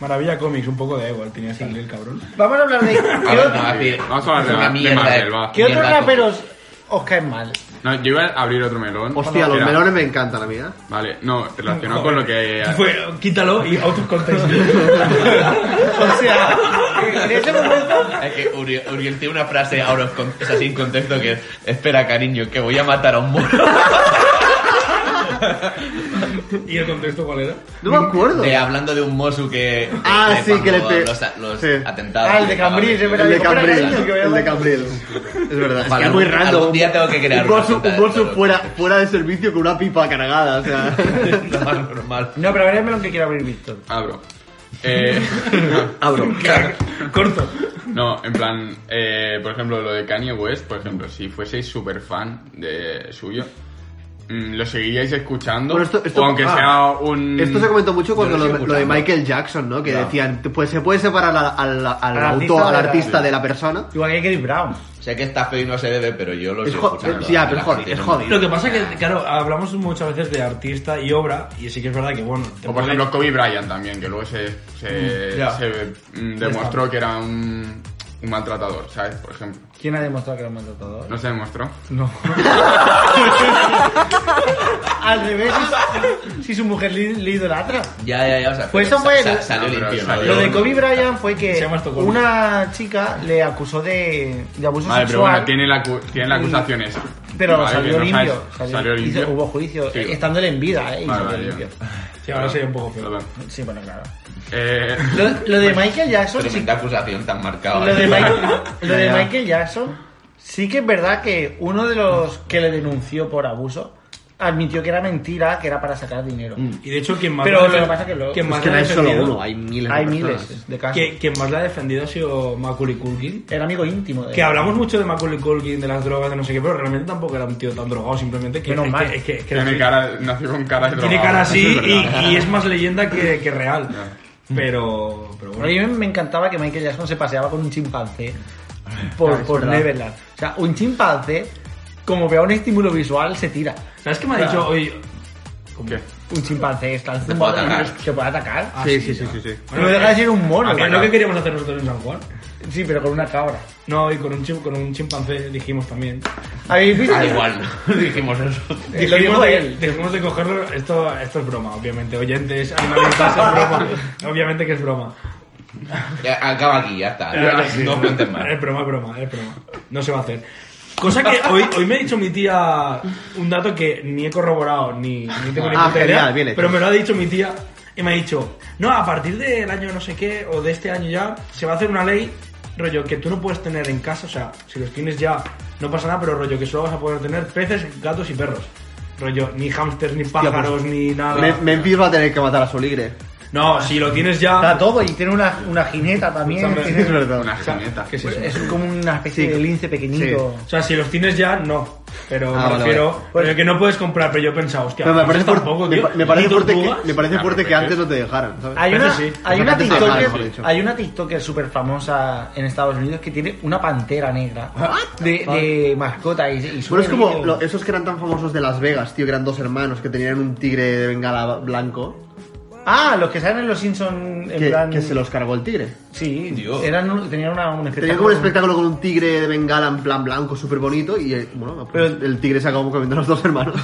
Maravilla Comics, un poco de igual tenía que salir el cabrón. Vamos a hablar de. A ¿Qué, ver, otro- no, a decir, Vamos a hablar de es una la- de mierda, Marvel, eh. va. qué otros Mierda, raperos os caen mal? No, yo iba a abrir otro melón. Hostia, los Mira, melones me encantan a mí, ¿eh? Vale, no, relacionado con lo que... Fue, quítalo y out of [laughs] context. O sea, en ese momento. Es que Uriel, Uriel tiene una frase ahora con, o sea, sin contexto que es, espera cariño, que voy a matar a un muro. ¿Y el contexto cuál era? No me acuerdo. De, hablando de un Mosu que... Ah, de sí, cuando que le pe- Los, los sí. atentados. Ah, el de Cambril, es verdad. El de digo, espera, Cambril, cariño, que voy a el de hablar. Cambril. Es verdad, es Ojalá que es muy algún- random. algún día tengo que crear un una bolso, cuenta un de bolso todo. fuera, fuera de servicio con una pipa cargada, o sea. Lo más [laughs] normal. No, pero veré el melón que quiere abrir Víctor. Abro. Eh, [laughs] [laughs] Abro. Corto. no, en plan, eh, por ejemplo, lo de Kanye West, por ejemplo, si fueseis súper fan de suyo, mm, lo seguiríais escuchando, Bueno, esto- esto- o aunque ah. sea un... [laughs] Esto se comentó mucho cuando Yo lo, lo sigo lo de escuchando. Michael Jackson, ¿no? Que Ya. decían, te- pues se puede separar al, al, al, Al artista autor, de al la- artista de la persona. Igual que Chris Brown. Sé que está feo y no se debe, pero yo lo Es sigo jo- eh, escuchando. sí, ya, pero La es jodido, gente es no- jodido. Lo que pasa es que, claro, hablamos muchas veces de artista y obra, y sí que es verdad que, bueno, te O por puede- ejemplo Kobe Bryant también, que luego se, se, ya. se, mm, demostró que era un, un maltratador, ¿sabes? Por ejemplo. ¿Quién ha demostrado que era un maltratador? No se demostró. No. Al revés, si, si su mujer le, le idolatra. Ya, ya, ya. O sea, Pues pero eso fue sa- el- sa- Salió No, pero limpio. salió- Lo de Kobe Bryant fue Se que llama Estocolmo. una chica le acusó de, de abuso Vale, pero sexual. bueno, tiene la, acu- tiene la Y- acusación esa. pero Vale, salió, que no limpio, sabes- salió, salió hizo- limpio. Hubo juicio, Sí. eh, estándole en vida, ¿eh? Y Vale, salió vale, limpio. Sí, ahora sería un poco [laughs] feo. Perdón. Sí, bueno, claro. Eh, Lo, lo de Michael Jackson, sí, Tremenda acusación tan marcada. lo de, Michael, lo de Ya, ya. Michael Jackson, sí que es verdad que uno de los que le denunció por abuso admitió que era mentira, que era para sacar dinero. Mm, Y de hecho, quien más Pero la lo que defen- pasa que lo- quien es más que la no ha hay solo defendido- uno, hay miles de Hay personas. miles de casos. que- Quien más la ha defendido ha sido Macaulay Culkin. Era amigo íntimo de Que hablamos mucho de Macaulay Culkin, de las drogas, de no sé qué, pero realmente tampoco era un tío tan drogado, simplemente que... Menos es mal. que- es que- es que- tiene cara, nació con cara de tiene drogado. cara así Eso es [laughs] y, verdad. y es más leyenda que, que real. Pero, pero Bueno, a bueno. mí me encantaba que Michael Jackson se paseaba con un chimpancé por, por Neverland. O sea, un chimpancé, como vea un estímulo visual, se tira. ¿Sabes qué me ha dicho hoy? ¿Qué? Ah, Un chimpancé está Te puede atacar. que puede atacar. Ah, Sí, sí, sí, sí. sí. no deja de ser un mono. ¿Qué es lo que queríamos hacer nosotros en San Juan? Sí, pero con una cabra. No, y con un, chim- con un chimpancé dijimos también. ¿Habéis visto? Da igual, [laughs] dijimos eso. Eh, Lo dijo de, él. dijimos de cogerlo. Esto, esto es broma, obviamente. Oyentes, animalistas, es [laughs] broma. Obviamente que es broma. Ya, Acaba aquí, ya está. No cuentes más. Es broma, es broma, es broma. No se va a hacer. Cosa que hoy, hoy me ha dicho mi tía un dato que ni he corroborado ni, ni tengo ni Ah, puta genial, idea, bien hecho. Pero me lo ha dicho mi tía y me ha dicho: No, a partir del año no sé qué o de este año ya se va a hacer una ley, rollo, que tú no puedes tener en casa. O sea, si los tienes ya no pasa nada, pero rollo, que solo vas a poder tener peces, gatos y perros. Rollo, ni hámsters, ni pájaros, ni nada. pues Me, Memphis va a tener que matar a su ligre. No, si lo tienes ya. Está todo y tiene una, una jineta también. Escúchame. tiene- Es verdad. Una jineta. ¿Qué es Pues eso? es como una especie Sí. de lince pequeñito. O sea, si los tienes ya, no. Pero Ah, me vale, refiero. vale. Pero que no puedes comprar, pero yo [laughs] pensaba, hostia, Pero me parece, fuerte- tampoco, me, tío. pa- me parece ¿Y fuerte que, tortugas? me parece Ah, pero fuerte que es que- antes no te dejaran, ¿sabes? Hay una, Parece sí. hay, Los una ataques de pájaros, de TikToker, hecho. hay una TikToker súper famosa en Estados Unidos que tiene una pantera negra Ah. de, de mascota y, y sube Bueno, es como vídeos. lo- esos que eran tan famosos de Las Vegas, tío, que eran dos hermanos que tenían un tigre de bengala blanco Ah, los que salen en Los Simpsons en que, plan... que se los cargó el tigre. Sí, Dios. eran un- tenían una, un Tenía como un espectáculo con un tigre de bengala en plan blanco súper bonito y eh, bueno, pues, el tigre se acabó comiendo a los dos [laughs] hermanos.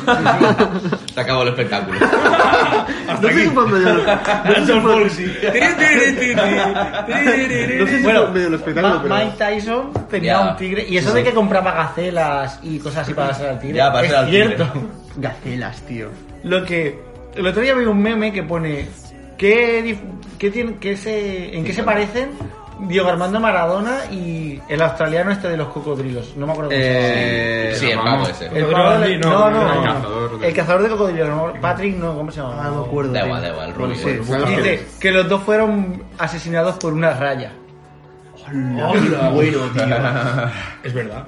[laughs] Se acabó el espectáculo. no sé si fue en medio de los- no sé si Son fue- Foxy. Tiri, tiri, tiri, tiri, tiri, no sé si tiri. fue Bueno, en medio del espectáculo, Ma- pero- Mike Tyson tenía Ya. un tigre y eso de que compraba gacelas y cosas así para hacer al tigre Ya, para es hacer al tigre. cierto. [laughs] Gacelas, tío. Lo que el otro día vi un meme que pone ¿qué, dif- qué tiene, qué se, en qué se parecen Diego Armando Maradona y el australiano este de los cocodrilos. No me acuerdo cómo se llama. Eh, sí, el pavo ese. El Rodrigo pavo de- Andy, no, no, no, el no. cazador de- El cazador de cocodrilos. no, Patrick, no, ¿cómo se llama? Ah, no me acuerdo. Da tío. igual, da igual, Bueno, Rubio. sí, fue en los Dice Ángeles. que los dos fueron asesinados por una raya. Hola, güey. Bueno, tío. [laughs] Es verdad.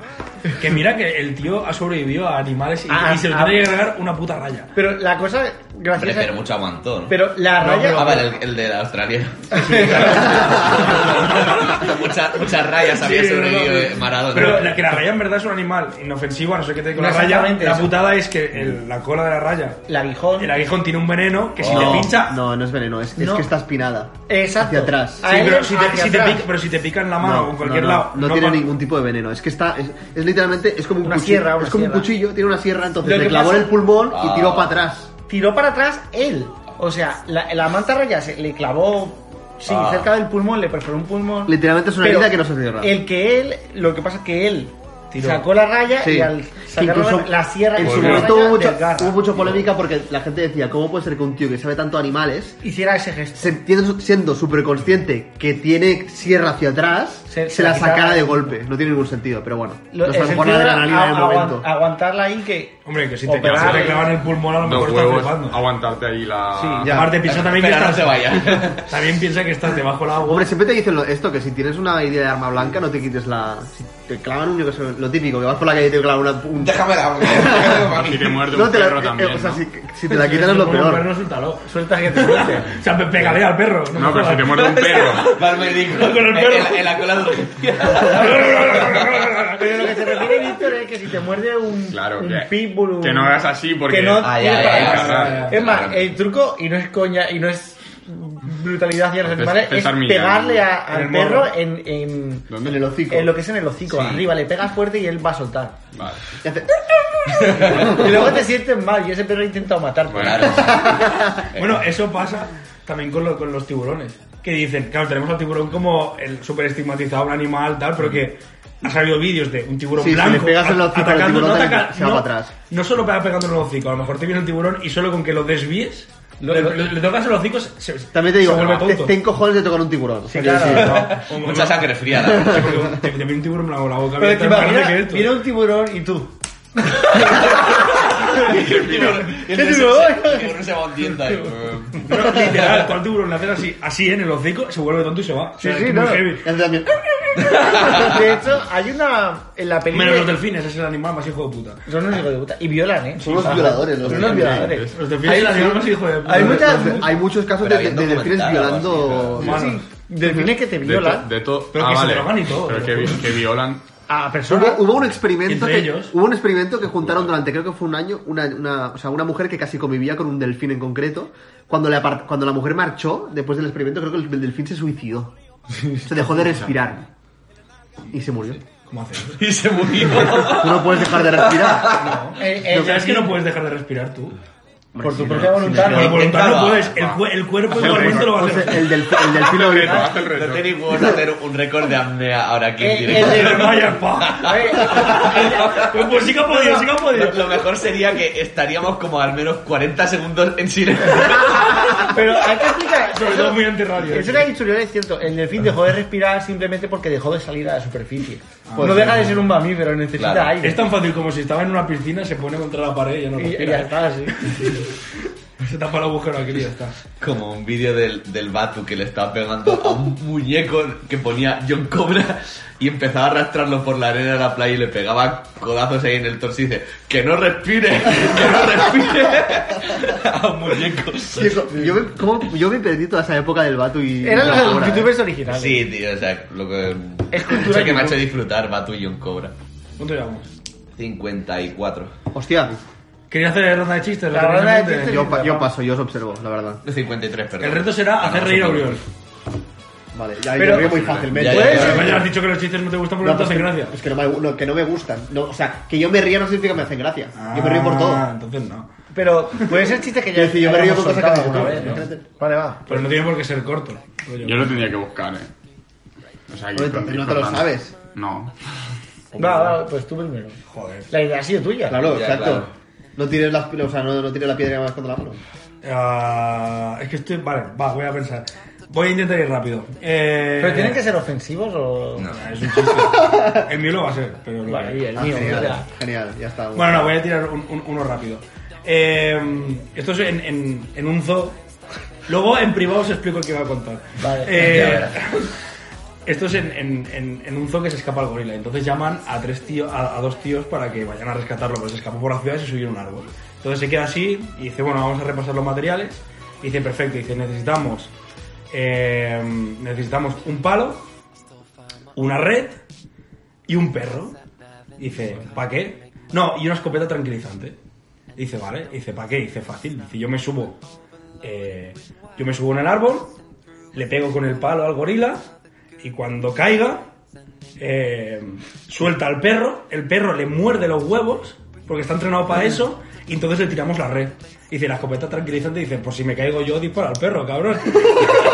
Que mira que el tío ha sobrevivido a animales y, Ah, y se le ah. tiene que agregar una puta raya. Pero la cosa gracias Hombre, a- pero mucho aguantó, ¿no? Pero la No, raya. ah, vale, el, el de la Australia. [laughs] Mucha- muchas rayas había Sí, sobrevivido no, no. eh, Maradona. Pero la, que la raya en verdad es un animal inofensivo, a no sé qué te con la No, raya. exactamente, La eso. putada es que Mm. el- la cola de la raya, el aguijón. el aguijón tiene un veneno que si no, te pincha. No, no es veneno, es, es No. que está espinada. Exacto. Hacia atrás. A Sí, ellos, pero si, te, hacia si te atrás. pica, pero si te pica en la mano o en cualquier no, no, lado. No, tiene con- ningún tipo de veneno. Es que está. Es, es literalmente. Es como un Una cuchillo. sierra, una es como un sierra. cuchillo, tiene una sierra, entonces Lo le que clavó pasa- en el pulmón Ah. y tiró para atrás. Tiró para atrás él. O sea, la, la manta raya se le clavó. Sí, Ah. cerca del pulmón, le perforó un pulmón. Literalmente es una Pero herida que no se cierra. El que él, lo que pasa es que él Tiró. sacó la raya Sí. y al sacar la, Incluso la sierra En con su la momento raya, hubo, mucho- desgarra. hubo mucha polémica porque la gente decía: ¿Cómo puede ser que un tío que sabe tanto de animales, Hiciera ese gesto. se- siendo- siendo súper consciente que tiene sierra hacia atrás, Se- se, se la la quitara. sacara de golpe? No tiene ningún sentido, pero bueno. Lo- el no se por la sentido era adrenalina del agu- aguan- momento. Aguantarla ahí que. Hombre, que si te, Operar, si te eh. clavan el pulmón, a lo Dos mejor estás huevos, flipando. aguantarte ahí la... Sí, ya. Aparte, piensa también que Espera, no estás. se [laughs] vaya. También piensa que estás debajo del agua. Hombre, siempre te dicen lo- esto, que si tienes una idea de arma blanca no te quites la... Si te clavan un, yo que sé, lo típico, que vas por la calle y te clavan una... un- Déjame la [laughs] [laughs] boca. [laughs] Si te muerde No, un te la- perro eh, también, o sea, ¿no? si, si te la quitas es lo Como un perro, peor. suéltalo. Suelta que te [laughs] suelte. O sea, pe- pégale al perro. No, pero [laughs] si te muerde un perro. [laughs] Va al médico. Con el perro. En, la- en la cola de urgencia. Pero lo que se refiere, Víctor, es que si te muerde un, Claro, un que- pitbull. un- que no hagas así porque- que no Ah, ya, tiene ya, para ya, atrás. ya, ya. Es más, Ah, eh, Claro. el truco, y no es coña, y no es brutalidad hacia los Es animales, es pesar millán. pegarle a- En el al perro morro. en, en, ¿Dónde? En el hocico. en lo que es en el hocico. Sí. Arriba, le pegas fuerte y él va a soltar. Vale. Y hace- Y luego te sientes mal, y ese perro ha intentado matarte. Bueno, Bueno, eso pasa también con, lo- con los tiburones. Que dicen, claro, tenemos al tiburón como el súper estigmatizado, un animal, tal, pero que ha salido vídeos de un tiburón Sí, si blanco. le pegas en el a- hocico al atacando- tiburón, no, también ataca- se va no- para atrás. no solo pega pegando en el hocico, a lo mejor te viene el tiburón y solo con que lo desvíes, Lo- le, lo- le- le tocas el hocico, se, se- También te digo, se vuelve te, tonto. te encojones de tocar un tiburón. Sí, O sea, claro. que sí. [laughs] O- o- Mucha sangre fría. la Sí, [laughs] verdad. porque un- te, te viene un tiburón blanco, la boca Pero te abierta, parece que imaginas, esto. viene un tiburón y tú. Y el tiburón se- el tiburón se va hundiendo ahí. Pero literal, tú al tiburón le haces así, así en el hocico, se vuelve tonto y se va. O Sí, sea, sí, es muy no. heavy. Y hace también- De hecho, hay una. En la película. Menos los delfines, es el animal más hijo de puta. Son unos hijos de puta. Y violan, ¿eh. Son unos violadores, los Son unos delfines. violadores. Los delfines es el animal más hijo de puta. Hay muchas- Entonces, hay muchos casos Pero de, había de delfines documentado, violando... así, claro. Sí, Humanos. Ah, Delfines que te de to- violan de todo... Pero ah, que se vale. drogan y todo. Pero que, vi- que violan... a Hubo, personas. hubo un experimento Entre que, ellos. hubo un experimento que juntaron durante creo que fue un año una, una- o sea, una mujer que casi convivía con un delfín en concreto cuando la, cuando la mujer marchó después del experimento creo que el, el delfín se [laughs] suicidó se dejó de respirar y se murió ¿Cómo haces? Y se murió. tú no puedes dejar de [laughs] respirar [laughs] eh, eh, ¿No sabes que no puedes dejar de respirar tú? por tu propia voluntad. Por voluntad va, no puedes. El, va. cue- el cuerpo Hace igualmente récord, lo va a Pues hacer. el, delfín, el delfín lo Reto, haz el No reto. tenéis huevos a hacer un récord de apnea ahora aquí en Eh, directo. [laughs] eh, Pero vaya pa. A ver, Pues, pues sí que ha podido, sí que ha podido. Lo, lo mejor sería que estaríamos como al menos 40 segundos en silencio. pero hay que explicar. Sobre todo muy antirradio. eh. Eso que ha dicho Lionel es cierto. El delfín dejó de respirar simplemente porque dejó de salir a la superficie. Ah, pues no deja de ser un mamífero, necesita Claro. aire. Es tan fácil como si estaba en una piscina, se pone contra la pared y ya no Y, y ya respira. está, sí. Se tapa el agujero aquí y ya está. Como un vídeo del, del Batu que le estaba pegando a [laughs] un muñeco que ponía John Cobra y empezaba a arrastrarlo por la arena de la playa y le pegaba codazos ahí en el torso y dice ¡Que no respire! [laughs] ¡Que no respire! [laughs] a un muñeco. Tío, yo, me, cómo- yo me perdí toda esa época del Batu y Eran los ahora, eh. youtubers originales. Sí, tío, o sea, lo que... Es cultura lo que me ha YouTube. hecho disfrutar Batu y John Cobra. ¿Cuánto llevamos? 54. hostia Quería hacer ronda de chistes. La ¿lo tenéis ronda de en mente? chistes. yo, pa- yo paso yo os observo la verdad 53, perdón. El reto será hacer reír a Oriol. vale ya Pero- me río muy fácilmente Ya, ya, Pero ya. ya has dicho que los chistes no te gustan porque no, te pues hacen que- gracia. Es que no me, no, que no me gustan. No, o sea, que yo me ría no significa que me hacen gracia. yo me río por Ah, todo. entonces no. Pero puede ser chiste que ya. Quiero decir, yo me río hayamos con cosas que soltado hago alguna alguna vez, ¿no? vez, Vale, va. Pero no tiene por qué ser corto. rollo. Yo lo tendría que buscar, eh. O sea, aquí Oye, entonces no te lo Fernando. sabes. No. Va, va, pues tú primero. Joder. La idea ha sido tuya. Claro, Ya, exacto. claro. No tienes la, o sea, no, no tienes la piedra más contra la mano. Ah, es que estoy. Vale, va, voy a pensar. Voy a intentar ir rápido. Eh, Pero tienen que ser ofensivos o. Es un chiste. El mío lo va a ser, pero lo Vale, y el Ah, mío, o genial, sea. genial, ya está. Bueno, no, voy a tirar un- un- uno rápido. Eh, esto es en, en- en un zoo. Luego en privado os explico el que iba a contar. Vale. Eh, Ya verás. esto es en, en- en- en un zoo que se escapa el gorila. Entonces llaman a, tres tío, a, a dos tíos para que vayan a rescatarlo, porque se escapó por la ciudad y se subió a un árbol. Entonces se queda así y dice, bueno, vamos a repasar los materiales. Y dice, perfecto, dice, necesitamos, eh, necesitamos un palo, una red y un perro. Dice, ¿para qué? No, y una escopeta tranquilizante. Dice, vale, dice, ¿para qué? Dice, fácil. Dice, yo me subo. eh, yo me subo en el árbol, le pego con el palo al gorila y cuando caiga, eh, suelta al perro, el perro le muerde los huevos, porque está entrenado para eso, y entonces le tiramos la red. Dice, la escopeta tranquilizante dice, pues si me caigo yo, dispara al perro, cabrón. [laughs]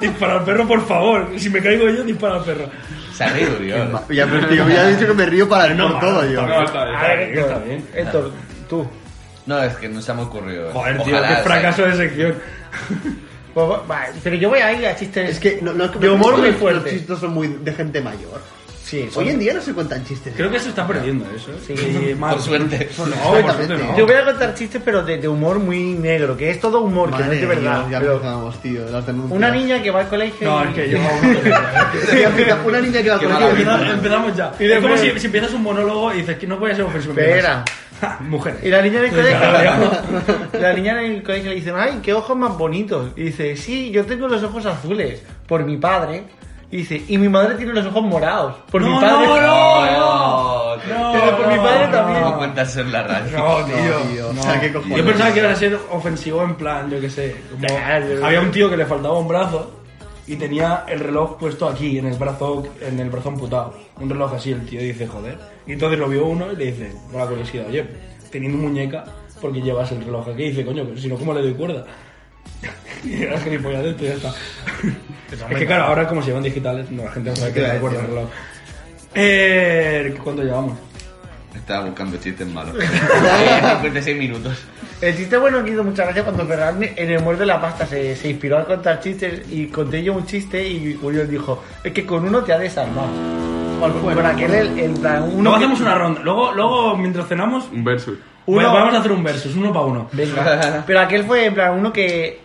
dispara al perro, por favor. Si me caigo yo, dispara al perro. Se ha reído, tío. Ya, pero, tío, ya he dicho que me río para el por todo, yo. No, está bien, A está ver, bien. está bien. Héctor, tú. No, es que no se me ha ocurrido. Joder, tío, Ojalá, qué o sea, fracaso de sección. Pues, va- va, pero yo voy ahí a chistes. Es que no, no es que De humor los- muy fuerte. Los chistes son muy de gente mayor. Sí, son- Hoy en día no se cuentan chistes. Creo que se está perdiendo eso. ¿eh? Sí, Por suerte. [laughs] No, por suerte Perfectamente. no. Yo voy a contar chistes, pero de, de humor muy negro, que es todo humor, que no Madre es de verdad. Dios, ya pero empezamos, tío, las denuncias. una [laughs] niña que va al colegio. No, y- es [laughs] que yo. Tío, empieza- una niña que va Qué con Empezamos empezamos ya. Y de Es como nuevo. si, si empiezas un monólogo y dices que no voy a ser ofensivo. [laughs] Espera. Ja, Mujeres. Y la niña del [laughs] Claro. colegio. la niña del colegio le dice, ay, qué ojos más bonitos. Y dice, sí, yo tengo los ojos azules por mi padre. Y dice, y mi madre tiene los ojos morados por mi No, padre. no, Oh, No, No, Pero por mi padre también. [laughs] No cuentas eso en la radio. No, No, tío. tío, o sea, qué cojones. Yo pensaba que iba a ser ofensivo en plan, yo qué sé. como- Ya, yo- había un tío que le faltaba un brazo y tenía el reloj puesto aquí, en el brazo, en el brazo amputado. Un reloj así, el tío dice, joder. Y entonces lo vio uno y le dice, con la curiosidad, oye, teniendo muñeca, porque llevas el reloj aquí? Y dice, coño, pero si no, ¿cómo le doy cuerda? [laughs] Y era gilipollas de esto y ya está. es que claro, ahora como se llevan digitales, no, la gente no sabe que Te le iba a doy cuerda el decir. reloj. Eh, ¿Cuánto llevamos? Estaba buscando chistes malos. Eh, 56 minutos. El chiste bueno que hizo muchas gracias cuando Ferran en el muerde la pasta se, se inspiró a contar chistes y conté yo un chiste y Uriol dijo, es que con uno te ha desarmado. Con, con aquel, el, el plan, uno Luego que- hacemos una ronda. Luego, luego mientras cenamos, Un versus. Uno- Bueno, vamos a hacer un versus, uno para uno. Venga. Pero aquel fue en plan uno que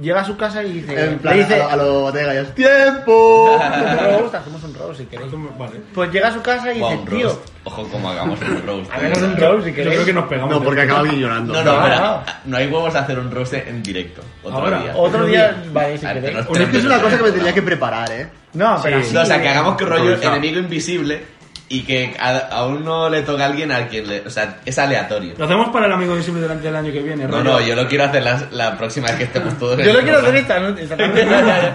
llega a su casa y dice, En plan, le dice, a lo- a lo Ortega, ya es ¡Tiempo! "No me gusta, hacemos un robo si queréis. Vale. Pues llega a su casa y Buah, dice, un tío, roast. Ojo como hagamos un roast. hagamos un robo si Yo creo queréis. que nos pegamos. No, porque acaba alguien llorando. No, no, No, espera. No hay huevos a hacer un roast en directo. Otro Ahora, día. Otro día, vale, si A ver, queréis. no- Es que es una cosa que me tenía que preparar, eh. No, pero Sí. así. No, o sea, que hagamos que rollo Improvisado. enemigo invisible y que a, a uno le toca a alguien a quien le... O sea, es aleatorio. Lo hacemos para el amigo visible delante del año que viene, No, no, yo lo quiero hacer la, la próxima vez que estemos todos en Yo lo el quiero hacer esta programa. noche. esta tarde.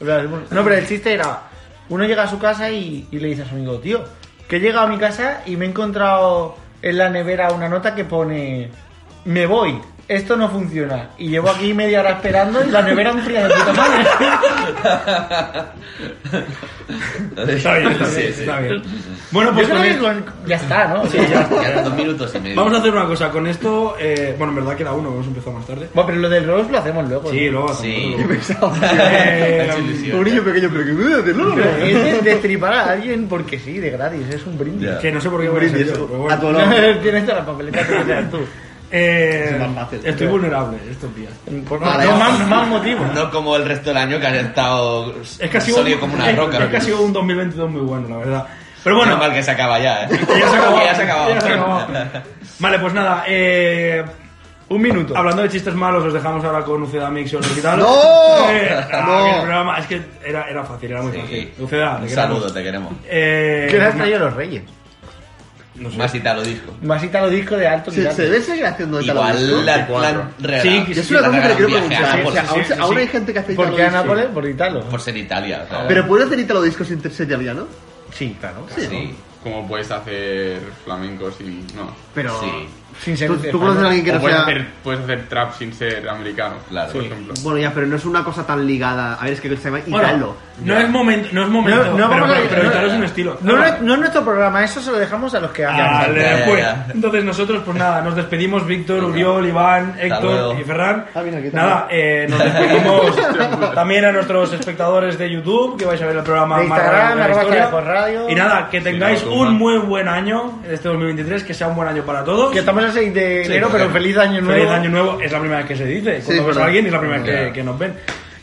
O sea, No, pero el chiste era: uno llega a su casa y, y le dice a su amigo, tío, que he llegado a mi casa y me he encontrado en la nevera una nota que pone: Me voy, esto no funciona. Y llevo aquí media hora esperando y la nevera enfría de puta madre. Está bien, está bien. [laughs] Sí, sí. está bien. Bueno, Yo pues creo con que esto- con- ya está, ¿no? Sí, ya está. Quedan dos minutos y medio. Vamos a hacer una cosa. Con esto, eh, bueno, en verdad queda uno, hemos empezado más tarde. Bueno, pero lo del roast lo hacemos luego. Sí, ¿no? luego [laughs] Sí. hacemos otro. [laughs] Ha hecho Un ilusión. niño pequeño, pero que me voy a hacerlo, Pero ¿no? es de destripar a alguien porque sí, de gratis, es un brindis. [laughs] Ya. Que no sé por qué Un voy a hacer brindis, yo, pero a tu bueno. olor. Tienes todas las papeletas que seas tú. Eh, Es más fácil. estoy vulnerable estos días. Por más, Vale, ya. más, más motivos. No como el resto del año que has estado Es que ha sido, sólido un, como una es- roca. es que ha sido un 2022 muy bueno, la verdad. Pero bueno, Menos mal que se acaba ya, ¿eh? [laughs] que ya se ha acabado. Que ya se ha acabado. ya se ha acabado. Vale, pues nada. Eh, Un minuto. Hablando de chistes malos, os dejamos ahora con Uceda Mix y os quitarlo. ¡No! No. Es ah, que era, era fácil, era muy Sí. fácil. Uceda, Un te saludo, queremos. te queremos. Eh, ¿Qué le has traído a los reyes? no sé. Más si te lo dijo. Masita los discos de alto Se, tirante. se debe seguir haciendo de tal Igual la, la Sí, regla. que Es una cosa que le quiero preguntar. por, o sea, sí, aún, sí, aún sí. hay gente que hace ¿Por qué a italo disco. Nápoles? Por Italo. por ser Italia. o sea, Pero puedes hacer italo disco sin ser italiano. Sí, claro. sí. Como puedes hacer flamenco sin. No. Pero Sí. sin ser ¿Tú, de tú conoces a España. alguien que O no puedes sea. hacer, puedes hacer trap sin ser americano. Claro. Por Sí. ejemplo. Bueno, ya, pero no es una cosa tan ligada. A ver, es que se llama Bueno, italo. no es momento, no es momento. No, no pero, vamos a- pero, pero no, Italo es un no, estilo. No, no, no es nuestro programa, eso se lo dejamos a los Ah, que hagan. Vale, Ya, ya, pues. ya. Entonces nosotros, pues nada, nos despedimos Víctor, Venga. Uriol, Iván, luego. Héctor y Ferran. Ah, mira, aquí Nada, eh, [laughs] nos pues. despedimos también a nuestros espectadores de YouTube, que vais a ver el programa De más Instagram, raro de la arroba historia. Caracol Radio. Y nada, que tengáis no, toma. un muy buen año en este 2023, que sea un buen año para todos. Que estamos el 6 de Sí, enero, claro. pero feliz año nuevo. pues Feliz año nuevo, es la primera vez que se dice. Cuando ves a verdad. alguien es la primera vez que, Claro. que nos ven.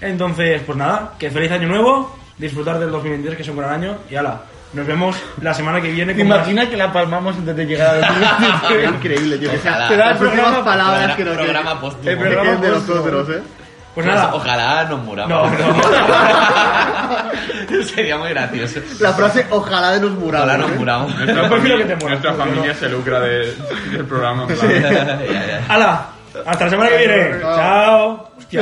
Entonces, pues nada, que feliz año nuevo, disfrutar del 2023, que es un gran año, y ala, Nos vemos la semana que viene. ¿Te con más- imaginas que la palmamos antes de llegar [laughs] a Sería increíble, tío. que sea- Ojalá. Te da el Las últimas programa. palabras que Eh, nos programa que- póstumo. El que programa es de póstumo. nosotros, eh. Pues nada. Ojalá nos No, muramos. no. [laughs] Sería muy gracioso. La frase ojalá de nos muramos. Ojalá nos ¿eh? muramos. [laughs] Nuestra, prefiero que te familia, mueras, nuestra porque familia se lucra de- del programa. en plan. Ya, ya. ¡Hala! Hasta la semana que viene. Chao. Hostia.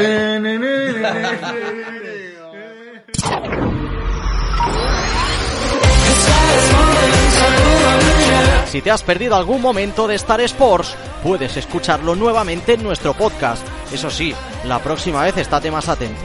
Si te has perdido algún momento de Star Sports, puedes escucharlo nuevamente en nuestro podcast. Eso sí, la próxima vez estate más atento.